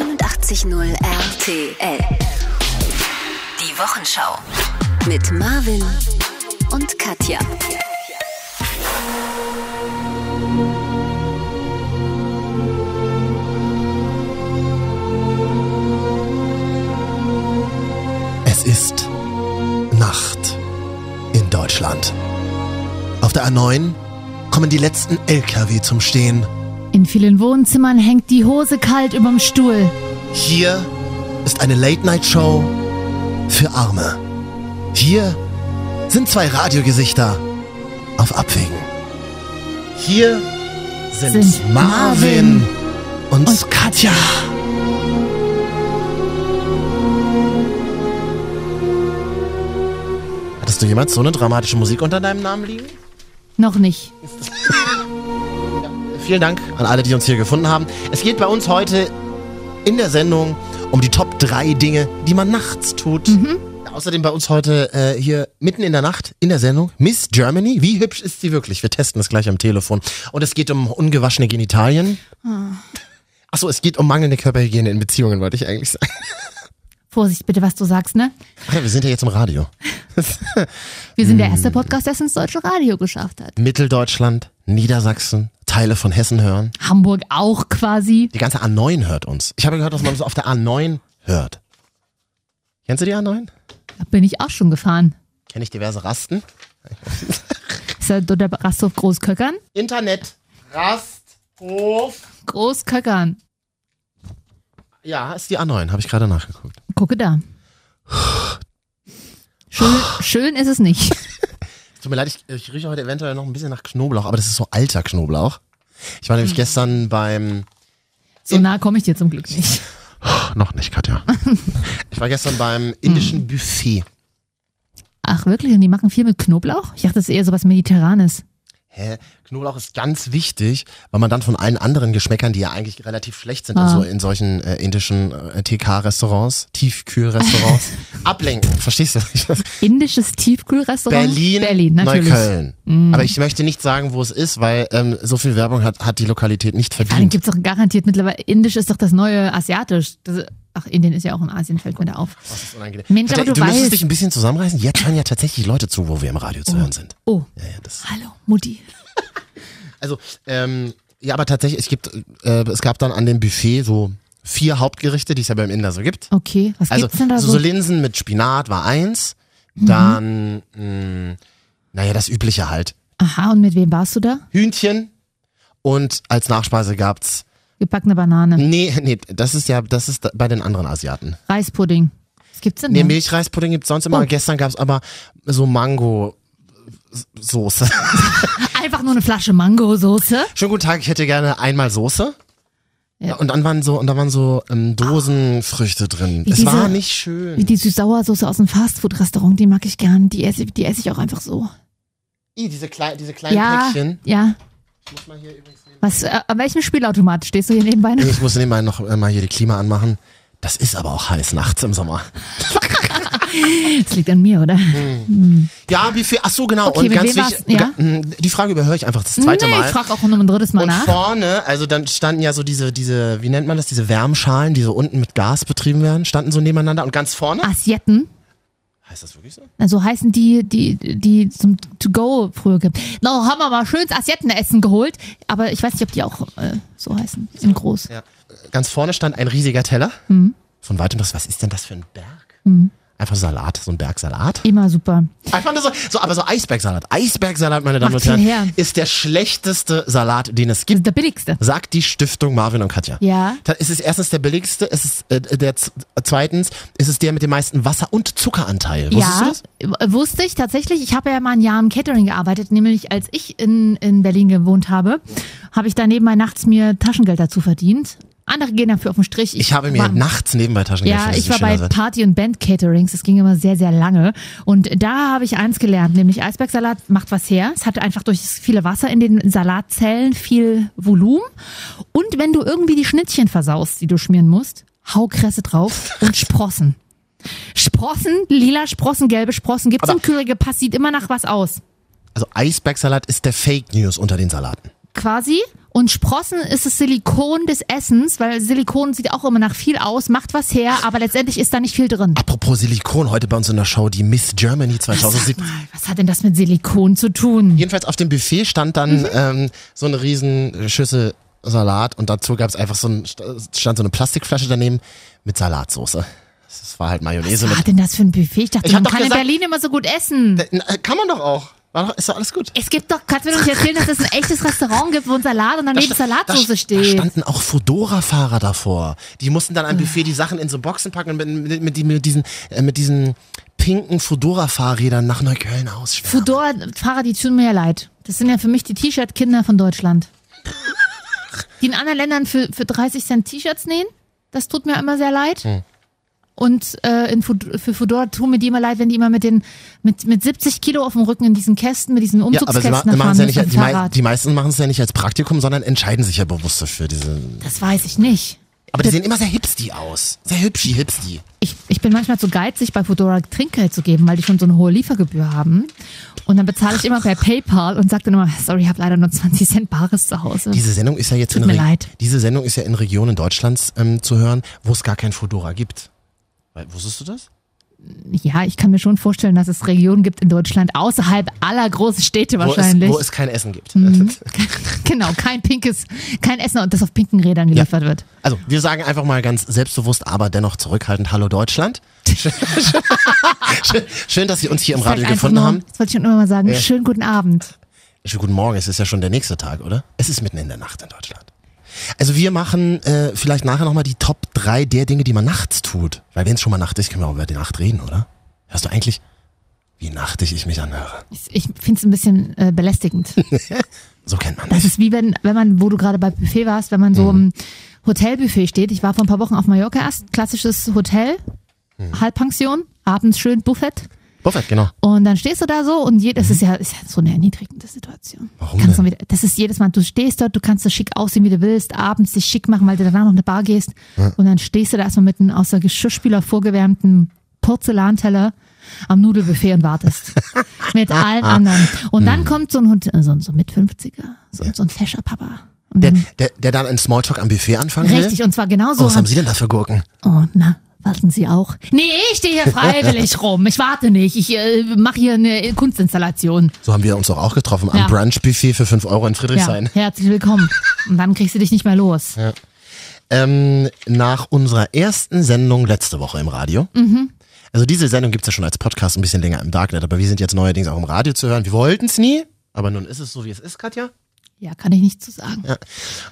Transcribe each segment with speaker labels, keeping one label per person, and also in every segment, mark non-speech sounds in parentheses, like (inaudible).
Speaker 1: 94.0 RTL. Die Wochenschau. Mit Marvin und Katja.
Speaker 2: Es ist Nacht in Deutschland. Auf der A9 kommen die letzten LKW zum Stehen.
Speaker 3: In vielen Wohnzimmern hängt die Hose kalt überm Stuhl.
Speaker 2: Hier ist eine Late-Night-Show für Arme. Hier sind zwei Radiogesichter auf Abwägen. Hier sind,
Speaker 3: Sind
Speaker 2: Marvin und,
Speaker 3: und
Speaker 2: Katja. Hattest du jemals so eine dramatische Musik unter deinem Namen liegen?
Speaker 3: Noch nicht.
Speaker 2: Vielen Dank an alle, die uns hier gefunden haben. Es geht bei uns heute in der Sendung um die Top 3 Dinge, die man nachts tut. Außerdem bei uns heute äh, hier mitten in der Nacht in der Sendung Miss Germany. Wie hübsch ist sie wirklich? Wir testen es gleich am Telefon. Und es geht um ungewaschene Genitalien. Achso, es geht um mangelnde Körperhygiene in Beziehungen, wollte ich eigentlich sagen.
Speaker 3: Vorsicht bitte, was du sagst, ne?
Speaker 2: Wir sind (laughs) ja jetzt im Radio.
Speaker 3: Wir sind
Speaker 2: Hm.
Speaker 3: der erste Podcast, der es ins deutsche Radio geschafft hat.
Speaker 2: Mitteldeutschland, Niedersachsen, Teile von Hessen hören.
Speaker 3: Hamburg auch quasi.
Speaker 2: Die ganze A9 hört uns. Ich habe gehört, dass man uns auf der A9 hört. Kennst du die A9?
Speaker 3: Da bin ich auch schon gefahren.
Speaker 2: Kenne ich diverse Rasten.
Speaker 3: Ist ja dort der Rasthof Großköckern?
Speaker 2: Internet. Rasthof.
Speaker 3: Großköckern.
Speaker 2: Ja, ist die A9, habe ich gerade nachgeguckt.
Speaker 3: Gucke da. Schön, schön ist es nicht.
Speaker 2: Tut mir leid, ich, ich rieche heute eventuell noch ein bisschen nach Knoblauch, aber das ist so alter Knoblauch. Ich war nämlich gestern beim.
Speaker 3: So nah komme ich dir zum Glück nicht.
Speaker 2: Noch nicht, Katja. ich war gestern beim indischen Buffet.
Speaker 3: Ach wirklich? Und die machen viel mit Knoblauch? Ich dachte, das ist eher sowas Mediterranes.
Speaker 2: Hä? Knoblauch ist ganz wichtig, weil man dann von allen anderen Geschmäckern, die ja eigentlich relativ schlecht sind,
Speaker 3: Ah.
Speaker 2: also in solchen äh, indischen äh, TK-Restaurants, Tiefkühlrestaurants, ablenken. Verstehst du?
Speaker 3: Indisches Tiefkühlrestaurant?
Speaker 2: Berlin,
Speaker 3: Berlin, natürlich. Mhm.
Speaker 2: Neukölln. Aber ich möchte nicht sagen, wo es ist, weil ähm, so viel Werbung hat, hat die Lokalität nicht
Speaker 3: Vor allem
Speaker 2: verdient.
Speaker 3: gibt's doch garantiert mittlerweile, Indisch ist doch das neue Asiatisch. Das, ist- ach, Indien ist ja auch in Asien, fällt mir da auf.
Speaker 2: Das ist unangenehm.
Speaker 3: Mensch,
Speaker 2: Katja,
Speaker 3: aber
Speaker 2: du
Speaker 3: du
Speaker 2: müsstest
Speaker 3: weißt-
Speaker 2: dich ein bisschen zusammenreißen. Jetzt hören ja tatsächlich Leute zu, wo wir im Radio zu hören sind.
Speaker 3: Oh,
Speaker 2: Ja, ja, das
Speaker 3: hallo, Mutti.
Speaker 2: Also, ähm, ja, aber tatsächlich, es gibt, äh, es gab dann an dem Buffet so vier Hauptgerichte, die es ja beim Inder so gibt.
Speaker 3: Okay, was
Speaker 2: Also,
Speaker 3: gibt's denn da
Speaker 2: so,
Speaker 3: so? Mhm.
Speaker 2: so Linsen mit Spinat war eins. Dann, mh, naja, das Übliche halt.
Speaker 3: Aha, und mit wem warst du da?
Speaker 2: Hühnchen. Und als Nachspeise gab's,
Speaker 3: Gebackene Banane,
Speaker 2: nee, nee, das ist ja, das ist bei den anderen Asiaten.
Speaker 3: Reispudding. Was gibt's denn
Speaker 2: Nee,
Speaker 3: da?
Speaker 2: Milchreispudding gibt's sonst immer.
Speaker 3: Oh.
Speaker 2: Gestern gab's aber so (laughs) Mango-Soße.
Speaker 3: Ah, Einfach nur eine Flasche Mangosoße.
Speaker 2: Schönen guten Tag, ich hätte gerne einmal Soße.
Speaker 3: Ja.
Speaker 2: Und dann waren so, und dann waren so ähm, Dosenfrüchte drin.
Speaker 3: Wie
Speaker 2: es
Speaker 3: diese-
Speaker 2: war nicht schön.
Speaker 3: Wie die Süß-Sauersoße aus dem Fastfood-Restaurant, die mag ich gern. Die esse, die esse ich auch einfach so.
Speaker 2: I, diese, klei diese kleinen
Speaker 3: ja,
Speaker 2: Päckchen.
Speaker 3: ja.
Speaker 2: Ich muss mal hier übrigens nehmen.
Speaker 3: Was, äh, an welchem Spielautomat stehst du hier nebenbei?
Speaker 2: Nee, Ich muss nebenbei noch äh, mal hier die Klima anmachen. Das ist aber auch heiß nachts im Sommer.
Speaker 3: Das liegt an mir, oder?
Speaker 2: Ja, wie viel? Ach so, genau.
Speaker 3: Okay,
Speaker 2: und
Speaker 3: mit
Speaker 2: ganz
Speaker 3: wem war's?
Speaker 2: wichtig,
Speaker 3: Ja?
Speaker 2: ga- mh, die Frage überhöre ich einfach das zweite
Speaker 3: nee,
Speaker 2: Mal.
Speaker 3: ich frag auch noch ein drittes Mal
Speaker 2: und
Speaker 3: nach.
Speaker 2: vorne, also dann standen ja so diese, diese, wie nennt man das, diese Wärmschalen, die so unten mit Gas betrieben werden, standen so nebeneinander und ganz vorne.
Speaker 3: Assietten.
Speaker 2: Heißt das wirklich so?
Speaker 3: Also heißen die, die, die zum To-Go früher gibt. No, haben wir mal schönes Assietten-Essen geholt. Aber ich weiß nicht, ob die auch äh, so heißen. In groß.
Speaker 2: Ja. Äh, Ganz vorne stand ein riesiger Teller.
Speaker 3: Mhm.
Speaker 2: Von weitem das, was ist denn das für ein Berg? Einfach Salat, so ein Bergsalat.
Speaker 3: Immer super.
Speaker 2: Einfach nur so, so, aber so Eisbergsalat. Eisbergsalat, meine Damen
Speaker 3: Macht
Speaker 2: und Herren,
Speaker 3: viel her.
Speaker 2: ist der schlechteste Salat, den es
Speaker 3: Das
Speaker 2: gibt.
Speaker 3: ist der billigste.
Speaker 2: Sagt die Stiftung Marvin und Katja.
Speaker 3: Ja.
Speaker 2: Da ist es erstens der billigste, es ist äh, der z- zweitens ist es der mit dem meisten Wasser- und Zuckeranteil. Wusstest du
Speaker 3: ja,
Speaker 2: das?
Speaker 3: w- wusste ich tatsächlich. Ich habe ja mal ein Jahr im Catering gearbeitet, nämlich als ich in, in Berlin gewohnt habe, habe ich da nebenbei nachts mir Taschengeld dazu verdient. Andere gehen dafür auf den Strich.
Speaker 2: Ich habe mir
Speaker 3: war-
Speaker 2: nachts nebenbei Taschengeld
Speaker 3: Ja,
Speaker 2: verdient,
Speaker 3: ich
Speaker 2: das
Speaker 3: war
Speaker 2: ist ein
Speaker 3: bei
Speaker 2: schöner Satz.
Speaker 3: Party- und Band-Caterings. Das ging immer sehr, sehr lange. Und da habe ich eins gelernt, nämlich Eisbergsalat macht was her. Es hat einfach durch das viele Wasser in den Salatzellen viel Volumen. Und wenn du irgendwie die Schnittchen versaust, die du schmieren musst, hau
Speaker 2: (laughs)
Speaker 3: Kresse drauf und Sprossen. Sprossen, lila Sprossen, gelbe Sprossen gibt's
Speaker 2: Aber-
Speaker 3: im Kühlregal, passt, sieht immer nach was aus.
Speaker 2: Also Eisbergsalat ist der Fake News unter den Salaten.
Speaker 3: quasi. Und Sprossen ist das Silikon des Essens, weil Silikon sieht auch immer nach viel aus, macht was her, aber letztendlich ist da nicht viel drin.
Speaker 2: Apropos Silikon, heute bei uns in der Show die Miss Germany 2017.
Speaker 3: Mal, was hat denn das mit Silikon zu tun?
Speaker 2: Jedenfalls auf dem Buffet stand dann
Speaker 3: Mhm.
Speaker 2: ähm, so eine riesen Schüssel Salat und dazu gab es einfach so ein, stand so eine Plastikflasche daneben mit Salatsauce. Das war halt Mayonnaise
Speaker 3: Was war
Speaker 2: mit.
Speaker 3: denn das für ein Buffet? Ich dachte,
Speaker 2: Ich hab
Speaker 3: man
Speaker 2: doch
Speaker 3: kann
Speaker 2: gesagt-
Speaker 3: in Berlin immer so gut essen.
Speaker 2: Na, Kann man doch auch. War doch, ist doch alles gut.
Speaker 3: Es gibt doch, kannst du mir doch nicht erzählen, dass es ein echtes Restaurant gibt, wo ein Salat und daneben
Speaker 2: da,
Speaker 3: Salatsauce
Speaker 2: st- da
Speaker 3: steht.
Speaker 2: standen auch Fodora-Fahrer davor. Die mussten dann
Speaker 3: Ah.
Speaker 2: am Buffet die Sachen in so Boxen packen und mit, mit, mit, die- mit diesen äh, mit diesen pinken Fodora-Fahrrädern nach Neukölln ausschwärmen.
Speaker 3: Fudor-Fahrer, die tun mir ja leid. Das sind ja für mich die T-Shirt-Kinder von Deutschland. Die in anderen Ländern für, für 30 Cent T-Shirts nähen, das tut mir immer sehr leid.
Speaker 2: Hm.
Speaker 3: Und äh, in Fud für Fudor tun mir die immer leid, wenn die immer mit den mit, mit 70 Kilo auf dem Rücken in diesen Kästen, mit diesen
Speaker 2: Ja, aber sie
Speaker 3: Umzugskästen
Speaker 2: ma
Speaker 3: da
Speaker 2: machen's
Speaker 3: fahren
Speaker 2: ja
Speaker 3: müssen
Speaker 2: nicht, die,
Speaker 3: mit dem
Speaker 2: mei
Speaker 3: Fahrrad.
Speaker 2: die meisten machen es ja nicht als Praktikum, sondern entscheiden sich ja bewusst dafür. Diese
Speaker 3: Das weiß ich nicht.
Speaker 2: aber die sehen immer sehr hipsty aus. Sehr hübschi, hipsty.
Speaker 3: ich, ich bin manchmal zu geizig, bei Fedora Trinkgeld zu geben, weil die schon so eine hohe Liefergebühr haben. Und dann bezahle ich immer per PayPal und sage dann immer, sorry, ich habe leider nur 20 Cent Bares zu Hause.
Speaker 2: Diese Sendung ist ja jetzt
Speaker 3: Tut
Speaker 2: in
Speaker 3: mir
Speaker 2: Re-
Speaker 3: leid.
Speaker 2: Diese Sendung ist ja in Regionen Deutschlands ähm, zu hören, wo es gar kein Fodora gibt. Weil, wusstest du das?
Speaker 3: ja, ich kann mir schon vorstellen, dass es Regionen gibt in Deutschland außerhalb aller großen Städte wahrscheinlich. Mhm.
Speaker 2: Wo es, wo es kein Essen gibt.
Speaker 3: (laughs) genau, kein pinkes, kein Essen und das auf pinken Rädern geliefert wird.
Speaker 2: Also, wir sagen einfach mal ganz selbstbewusst, aber dennoch zurückhaltend Hallo
Speaker 3: (laughs)
Speaker 2: Deutschland. schön, schön, dass Sie uns hier im
Speaker 3: Ich
Speaker 2: Radio
Speaker 3: sag einfach
Speaker 2: gefunden
Speaker 3: nur,
Speaker 2: haben.
Speaker 3: Das wollte ich schon immer mal sagen. Schönen guten Abend.
Speaker 2: Schönen guten Morgen, es ist ja schon der nächste Tag, oder? Es ist mitten in der Nacht in Deutschland. Also wir machen äh, vielleicht nachher nochmal die Top 3 der Dinge, die man nachts tut. Weil wenn es schon mal Nacht ist, können wir auch über die Nacht reden, oder? Hörst du eigentlich, wie nachtig ich mich anhöre?
Speaker 3: Ich, ich finde es ein bisschen äh, belästigend.
Speaker 2: So kennt man
Speaker 3: Das
Speaker 2: mich.
Speaker 3: ist wie wenn, wenn man, wo du gerade bei Buffet warst, wenn man so im Hotelbuffet steht. Ich war vor ein paar Wochen auf Mallorca erst, klassisches Hotel, Halbpension, abends schön Buffet.
Speaker 2: Buffett, genau.
Speaker 3: Und dann stehst du da so und je, das ist ja, ist ja so eine erniedrigende Situation.
Speaker 2: Mhm. Warum
Speaker 3: Kannst
Speaker 2: denn?
Speaker 3: du Wieder, das ist jedes Mal, du stehst dort, du kannst so schick aussehen, wie du willst, abends dich schick machen, weil du danach noch in eine Bar gehst. Und dann stehst du da erstmal mit einem aus der Geschirrspüler vorgewärmten Porzellanteller am Nudelbuffet
Speaker 2: (laughs)
Speaker 3: und wartest. mit allen anderen. Und
Speaker 2: Mhm.
Speaker 3: dann kommt so ein Hund, äh, so, ein- so ein mit 50er, so, so ein fescher Papa. Und
Speaker 2: Der,
Speaker 3: dann,
Speaker 2: der, der dann einen Smalltalk am Buffet anfangen
Speaker 3: Mhm. richtig,
Speaker 2: will?
Speaker 3: und zwar
Speaker 2: Oh,
Speaker 3: genauso.
Speaker 2: was haben Sie denn da für Gurken?
Speaker 3: Oh, na, warten Sie auch. Nee, ich
Speaker 2: (laughs)
Speaker 3: stehe hier freiwillig rum. Ich warte nicht. Ich äh, mache hier eine Kunstinstallation.
Speaker 2: So haben wir uns doch auch getroffen am
Speaker 3: Ja.
Speaker 2: Brunch-Buffet für 5 Euro in Friedrichshain.
Speaker 3: Ja, herzlich willkommen. Und dann kriegst du dich nicht mehr los.
Speaker 2: Ähm, nach unserer ersten Sendung letzte Woche im Radio.
Speaker 3: Mhm.
Speaker 2: Also diese Sendung gibt's ja schon als Podcast ein bisschen länger im Darknet, aber wir sind jetzt neuerdings auch im Radio zu hören. Wir wollten's nie, aber nun ist es so, wie es ist, Katja.
Speaker 3: Ja, kann ich nicht zu sagen.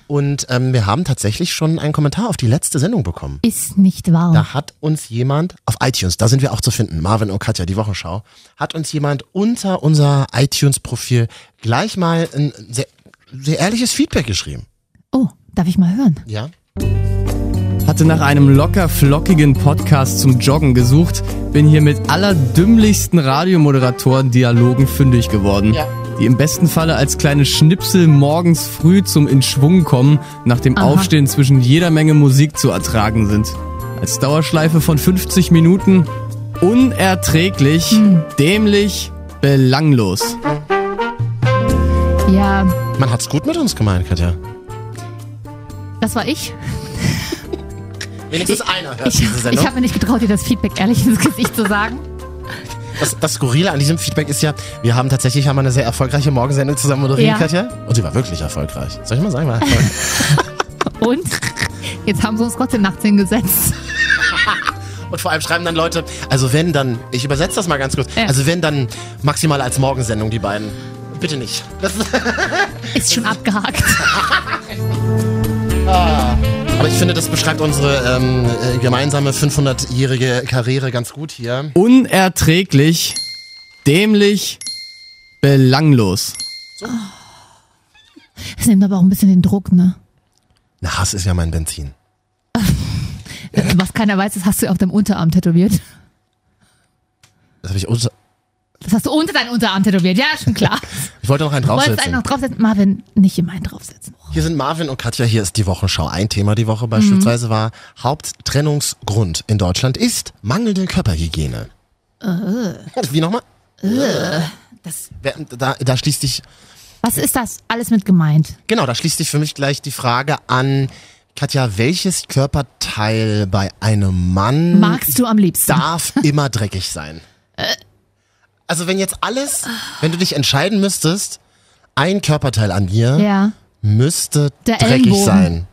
Speaker 2: Und ähm, wir haben tatsächlich schon einen Kommentar auf die letzte Sendung bekommen.
Speaker 3: Ist nicht wahr.
Speaker 2: Da hat uns jemand auf iTunes, da sind wir auch zu finden, Marvin und Katja, die Wochenschau, hat uns jemand unter unser iTunes-Profil gleich mal ein sehr, sehr ehrliches Feedback geschrieben.
Speaker 3: Oh, darf ich mal hören?
Speaker 2: Ja.
Speaker 4: Hatte nach einem locker flockigen Podcast zum Joggen gesucht, bin hier mit allerdümmlichsten Radiomoderatoren-Dialogen fündig geworden.
Speaker 2: Ja.
Speaker 4: Die im besten Falle als kleine Schnipsel morgens früh zum In Schwung kommen, nach dem
Speaker 3: Aha.
Speaker 4: Aufstehen zwischen jeder Menge Musik zu ertragen sind. Als Dauerschleife von 50 Minuten unerträglich, dämlich, belanglos.
Speaker 3: Ja,
Speaker 2: Man hat's gut mit uns gemeint, Katja.
Speaker 3: das war ich.
Speaker 2: Wenigstens einer hört
Speaker 3: Ich,
Speaker 2: diese Sendung.
Speaker 3: ich habe mir nicht getraut, dir das Feedback ehrlich ins Gesicht zu sagen.
Speaker 2: Das, das Skurrile an diesem Feedback ist ja, wir haben tatsächlich haben wir eine sehr erfolgreiche Morgensendung zusammen moderiert,
Speaker 3: Ja.
Speaker 2: Katja. Und sie war wirklich erfolgreich. Soll ich mal sagen? War
Speaker 3: (laughs)
Speaker 2: erfolgreich.
Speaker 3: Und jetzt haben sie uns trotzdem nachts hingesetzt.
Speaker 2: Und vor allem schreiben dann Leute, also wenn dann, ich übersetze das mal ganz kurz,
Speaker 3: Ja.
Speaker 2: also wenn dann maximal als Morgensendung die beiden. Bitte nicht. Das,
Speaker 3: Ist schon abgehakt.
Speaker 2: (laughs) aber ich finde, das beschreibt unsere ähm, äh, gemeinsame 500-jährige Karriere ganz gut hier.
Speaker 4: Unerträglich, dämlich, belanglos.
Speaker 3: Das nimmt aber auch ein bisschen den Druck, ne?
Speaker 2: Na, Hass ist ja mein Benzin.
Speaker 3: Was keiner weiß, das hast du auf deinem Unterarm tätowiert.
Speaker 2: Das habe ich unter
Speaker 3: Das hast du unter deinen Unterarm tätowiert. Ja,
Speaker 2: (laughs)
Speaker 3: schon klar.
Speaker 2: Ich wollte noch einen
Speaker 3: Wolltest einen
Speaker 2: draufsetzen.
Speaker 3: noch draufsetzen? Marvin, nicht in meinen draufsetzen.
Speaker 2: Hier sind Marvin und Katja, hier ist die Wochenschau. Ein Thema die Woche
Speaker 3: Mhm.
Speaker 2: beispielsweise war, Haupttrennungsgrund in Deutschland ist mangelnde Körperhygiene.
Speaker 3: Äh.
Speaker 2: Wie nochmal?
Speaker 3: Das,
Speaker 2: Wer- Da, da schließt sich
Speaker 3: Was ist das alles mit gemeint?
Speaker 2: Genau, da schließt sich für mich gleich die Frage an, Katja, welches Körperteil bei einem Mann
Speaker 3: Magst du Äh. am liebsten?
Speaker 2: darf immer dreckig sein? Also wenn jetzt alles, wenn du dich entscheiden müsstest, ein Körperteil an dir
Speaker 3: Ja.
Speaker 2: müsste
Speaker 3: Der
Speaker 2: dreckig
Speaker 3: Ellenbogen.
Speaker 2: sein.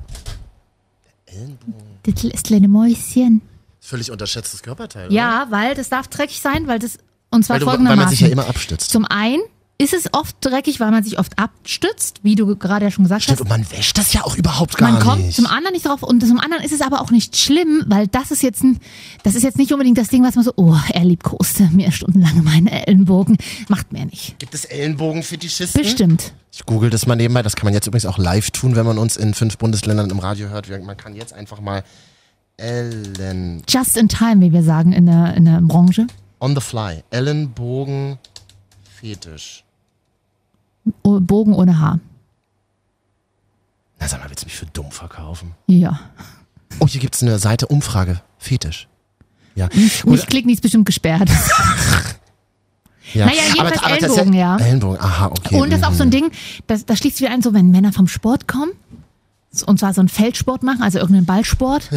Speaker 3: Das ist kleine Mäuschen.
Speaker 2: Völlig unterschätztes Körperteil. oder?
Speaker 3: Ja, weil das darf dreckig sein, weil das und zwar
Speaker 2: weil, du, weil
Speaker 3: folgendermaßen.
Speaker 2: man sich ja immer abstützt.
Speaker 3: Zum einen ist es oft dreckig, weil man sich oft abstützt, wie du gerade ja schon gesagt
Speaker 2: Stimmt,
Speaker 3: hast.
Speaker 2: und man wäscht das ja auch überhaupt gar
Speaker 3: Man kommt
Speaker 2: nicht.
Speaker 3: zum anderen nicht drauf und zum anderen ist es aber auch nicht schlimm, weil das ist jetzt ein, das ist jetzt nicht unbedingt das Ding, was man so, oh, er liebkoste mir stundenlange meine Ellenbogen. Macht mir nicht.
Speaker 2: Gibt es Ellenbogenfetischisten?
Speaker 3: Bestimmt.
Speaker 2: Ich google das mal nebenbei. Das kann man jetzt übrigens auch live tun, wenn man uns in fünf Bundesländern im Radio hört. Wir- Man kann jetzt einfach mal Ellen
Speaker 3: Just in time, wie wir sagen in der, in der Branche.
Speaker 2: on the fly Ellenbogen Fetisch.
Speaker 3: Oh, Bogen ohne Haar.
Speaker 2: Na sag mal, willst du mich für dumm verkaufen?
Speaker 3: Ja.
Speaker 2: Oh, hier gibt's eine Seite Umfrage Fetisch. Ja.
Speaker 3: Nicht klicken, die ist bestimmt gesperrt.
Speaker 2: ja.
Speaker 3: Naja, jedenfalls
Speaker 2: das-
Speaker 3: Ellenbogen, ja.
Speaker 2: Ellenbogen, aha, okay.
Speaker 3: Und das ist auch so ein Ding, das, das schließt wieder ein, so wenn Männer vom Sport kommen, und zwar so einen Feldsport machen, also irgendeinen Ballsport,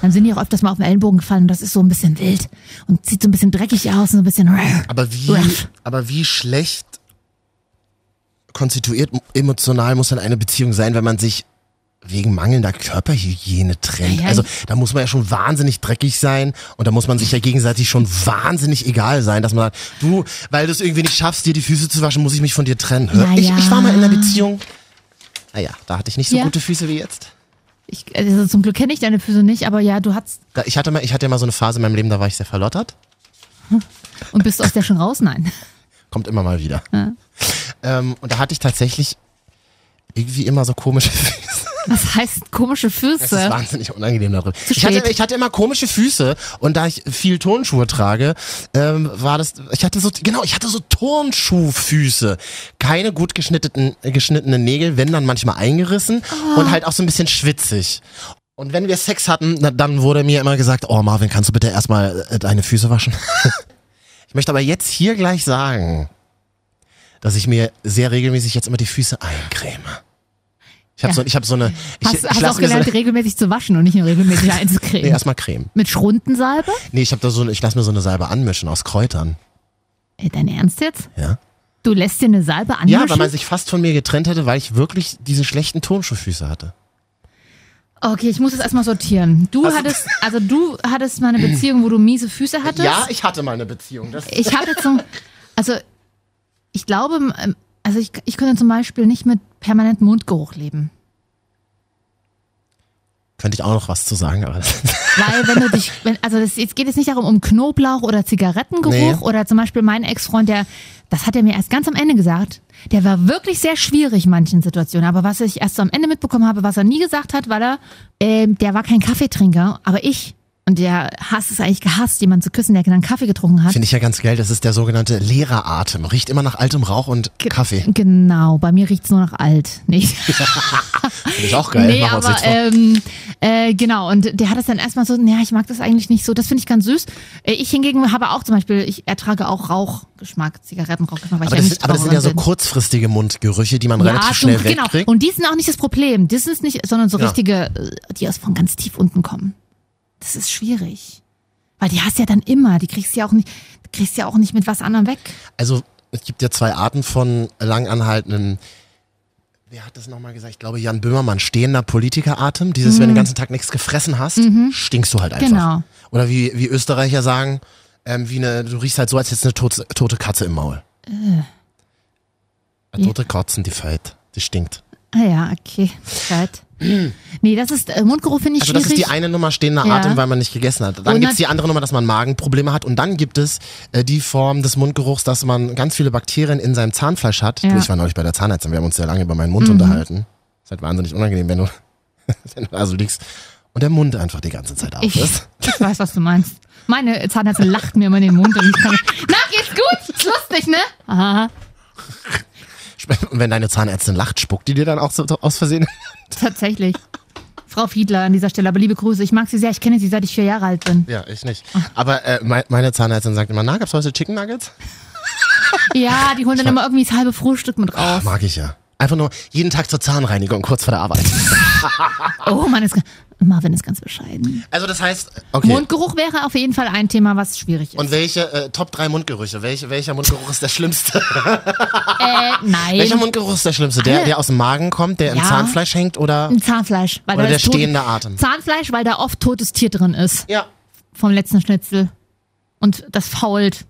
Speaker 3: dann sind die auch öfters mal auf den Ellenbogen gefallen und das ist so ein bisschen wild und sieht so ein bisschen dreckig aus und so ein bisschen.
Speaker 2: Aber wie,
Speaker 3: Uff.
Speaker 2: aber wie schlecht konstituiert emotional muss dann eine Beziehung sein, wenn man sich wegen mangelnder Körperhygiene trennt.
Speaker 3: Ja, ja.
Speaker 2: Also da muss man ja schon wahnsinnig dreckig sein und da muss man sich ja gegenseitig schon wahnsinnig egal sein, dass man sagt, du, weil du es irgendwie nicht schaffst, dir die Füße zu waschen, muss ich mich von dir trennen.
Speaker 3: Na
Speaker 2: Ich,
Speaker 3: ja.
Speaker 2: ich war mal in einer Beziehung. Naja, da hatte ich nicht so
Speaker 3: Ja.
Speaker 2: gute Füße wie jetzt.
Speaker 3: Ich, also zum Glück kenne ich deine Füße nicht, aber ja, du hast
Speaker 2: Da- Ich hatte mal, ich hatte mal so eine Phase in meinem Leben, da war ich sehr verlottert.
Speaker 3: und bist aus der schon raus? Nein. (laughs)
Speaker 2: Kommt immer mal wieder. Ähm, und da hatte ich tatsächlich irgendwie immer so komische (laughs) Füße.
Speaker 3: Was heißt komische
Speaker 2: Es ist
Speaker 3: Füße?
Speaker 2: wahnsinnig unangenehm darüber.
Speaker 3: Zu
Speaker 2: Ich hatte,
Speaker 3: spät.
Speaker 2: ich hatte immer komische Füße und da ich viel Turnschuhe trage, ähm, war das. Ich hatte so genau, ich hatte so Turnschuhfüße, keine gut geschnittenen äh, geschnittenen Nägel, wenn dann manchmal eingerissen
Speaker 3: Ah.
Speaker 2: und halt auch so ein bisschen schwitzig. Und wenn wir Sex hatten, na, dann wurde mir immer gesagt, oh Marvin, kannst du bitte erstmal äh, deine Füße waschen? (laughs) ich möchte aber jetzt hier gleich sagen, dass ich mir sehr regelmäßig jetzt immer die Füße eincreme. Ich habe
Speaker 3: Ja.
Speaker 2: so, ich hab so eine. Ich,
Speaker 3: hast
Speaker 2: ich
Speaker 3: hast
Speaker 2: lass
Speaker 3: auch
Speaker 2: mir so eine-
Speaker 3: gelernt, regelmäßig zu waschen und nicht nur
Speaker 2: (laughs)
Speaker 3: regelmäßig
Speaker 2: Nee,
Speaker 3: einzukriegen.
Speaker 2: erstmal Creme.
Speaker 3: Mit Schrundensalbe?
Speaker 2: Nee, ich hab da so eine- ich lass mir so eine Salbe anmischen aus Kräutern.
Speaker 3: Ey, dein Ernst jetzt?
Speaker 2: Ja.
Speaker 3: Du lässt dir eine Salbe
Speaker 2: Ja, weil
Speaker 3: anmischen?
Speaker 2: man sich fast von mir getrennt hätte, weil ich wirklich diese schlechten Turnschuhfüße hatte.
Speaker 3: Okay, ich muss das erstmal sortieren. Du hattest, also du hattest mal eine Beziehung, wo du miese Füße hattest.
Speaker 2: ich hatte mal eine Beziehung. Das
Speaker 3: Ich hatte zum, also ich glaube, ähm, also ich, ich könnte zum Beispiel nicht mit permanentem Mundgeruch leben.
Speaker 2: Könnte ich auch noch was zu sagen, aber (laughs) das,
Speaker 3: Weil wenn du dich, wenn, also das, jetzt geht es nicht darum, um Knoblauch oder Zigarettengeruch
Speaker 2: Nee.
Speaker 3: oder zum Beispiel mein Ex-Freund, der, das hat er mir erst ganz am Ende gesagt, der war wirklich sehr schwierig in manchen Situationen. Aber was ich erst so am Ende mitbekommen habe, was er nie gesagt hat, weil er, ähm, der war kein Kaffeetrinker, aber ich. Und der hasst es eigentlich gehasst, jemanden zu küssen, der dann Kaffee getrunken hat.
Speaker 2: finde ich ja ganz geil. Das ist der sogenannte Lehreratem. Riecht immer nach altem Rauch und Kaffee.
Speaker 3: Genau, bei mir riecht's nur nach alt. Nicht?
Speaker 2: Finde ich auch geil.
Speaker 3: nee,
Speaker 2: Machen wir uns
Speaker 3: aber
Speaker 2: nichts vor.
Speaker 3: ähm, äh, genau. Und der hat es dann erstmal so, naja, ich mag das eigentlich nicht so. Das finde ich ganz süß. Äh, Ich hingegen habe auch zum Beispiel, ich ertrage auch Rauchgeschmack, Zigarettenrauchgeschmack, weil
Speaker 2: aber,
Speaker 3: ich
Speaker 2: das,
Speaker 3: ja
Speaker 2: sind-
Speaker 3: nicht
Speaker 2: aber das sind ja so
Speaker 3: bin.
Speaker 2: kurzfristige Mundgerüche, die man relativ
Speaker 3: du-
Speaker 2: schnell
Speaker 3: genau.
Speaker 2: wegkriegt.
Speaker 3: Und die sind auch nicht das Problem. Das ist nicht, sondern so
Speaker 2: Ja.
Speaker 3: richtige, äh, die aus von ganz tief unten kommen. Das ist schwierig. Weil die hast du ja dann immer, die kriegst du ja auch nicht, kriegst du ja auch nicht mit was anderem weg.
Speaker 2: Also es gibt ja zwei Arten von langanhaltenden, wer hat das nochmal gesagt? Ich glaube Jan Böhmermann, stehender Politikeratem. Dieses, wenn du den ganzen Tag nichts gefressen hast, stinkst du halt einfach.
Speaker 3: Genau.
Speaker 2: Oder wie, wie Österreicher sagen, ähm, wie eine, du riechst halt so, als hättest du eine tote, tote Katze im Maul. Eine
Speaker 3: Ja.
Speaker 2: tote Katzen, die fällt. Die stinkt.
Speaker 3: Ah ja, okay. Right. nee, das ist äh, Mundgeruch finde ich
Speaker 2: Also das
Speaker 3: schwierig.
Speaker 2: ist die eine Nummer stehender
Speaker 3: Ja.
Speaker 2: Atem, weil man nicht gegessen hat. Dann
Speaker 3: Und
Speaker 2: gibt's
Speaker 3: nat-
Speaker 2: die andere Nummer, dass man Magenprobleme hat. Und dann gibt es äh, die Form des Mundgeruchs, dass man ganz viele Bakterien in seinem Zahnfleisch hat. Du,
Speaker 3: Ja. Mhm.
Speaker 2: ich war neulich bei der Zahnärztin, wir haben uns sehr lange über meinen Mund unterhalten. Ist halt wahnsinnig unangenehm, wenn du, (laughs) wenn du da so liegst und der Mund einfach die ganze Zeit auf
Speaker 3: Ich,
Speaker 2: ist.
Speaker 3: ich weiß, was du meinst. Meine Zahnärztin lacht mir immer in den Mund und ich kann. Na, geht's gut? Ist lustig, ne? Aha.
Speaker 2: Und wenn deine Zahnärztin lacht, spuckt die dir dann auch so aus Versehen.
Speaker 3: Tatsächlich. Frau Fiedler an dieser Stelle, aber liebe Grüße. Ich mag sie sehr. Ich kenne sie, seit ich vier Jahre alt bin.
Speaker 2: (laughs) Ja, ich nicht. (laughs) Aber äh, mei- meine Zahnärztin sagt immer, na, gab's heute Chicken Nuggets?
Speaker 3: Ja, die holen dann immer irgendwie das halbe Frühstück mit raus.
Speaker 2: Mag ich ja. Einfach nur jeden Tag zur Zahnreinigung, kurz vor der Arbeit.
Speaker 3: Oh, Mann, ist, ga- Marvin ist ganz bescheiden.
Speaker 2: Also das heißt, okay.
Speaker 3: Mundgeruch wäre auf jeden Fall ein Thema, was schwierig ist.
Speaker 2: Und welche äh, Top 3 Mundgerüche? Welche, welcher Mundgeruch ist der schlimmste?
Speaker 3: äh,
Speaker 2: (laughs)
Speaker 3: nein.
Speaker 2: welcher Mundgeruch ist der schlimmste? Der,
Speaker 3: Alle.
Speaker 2: der aus dem Magen kommt, der im
Speaker 3: Ja.
Speaker 2: Zahnfleisch hängt oder?
Speaker 3: Ein Zahnfleisch. Weil
Speaker 2: Oder
Speaker 3: da
Speaker 2: der
Speaker 3: ist tot-
Speaker 2: stehende Atem.
Speaker 3: Zahnfleisch, weil da oft totes Tier drin ist.
Speaker 2: Ja.
Speaker 3: Vom letzten Schnitzel. Und das fault.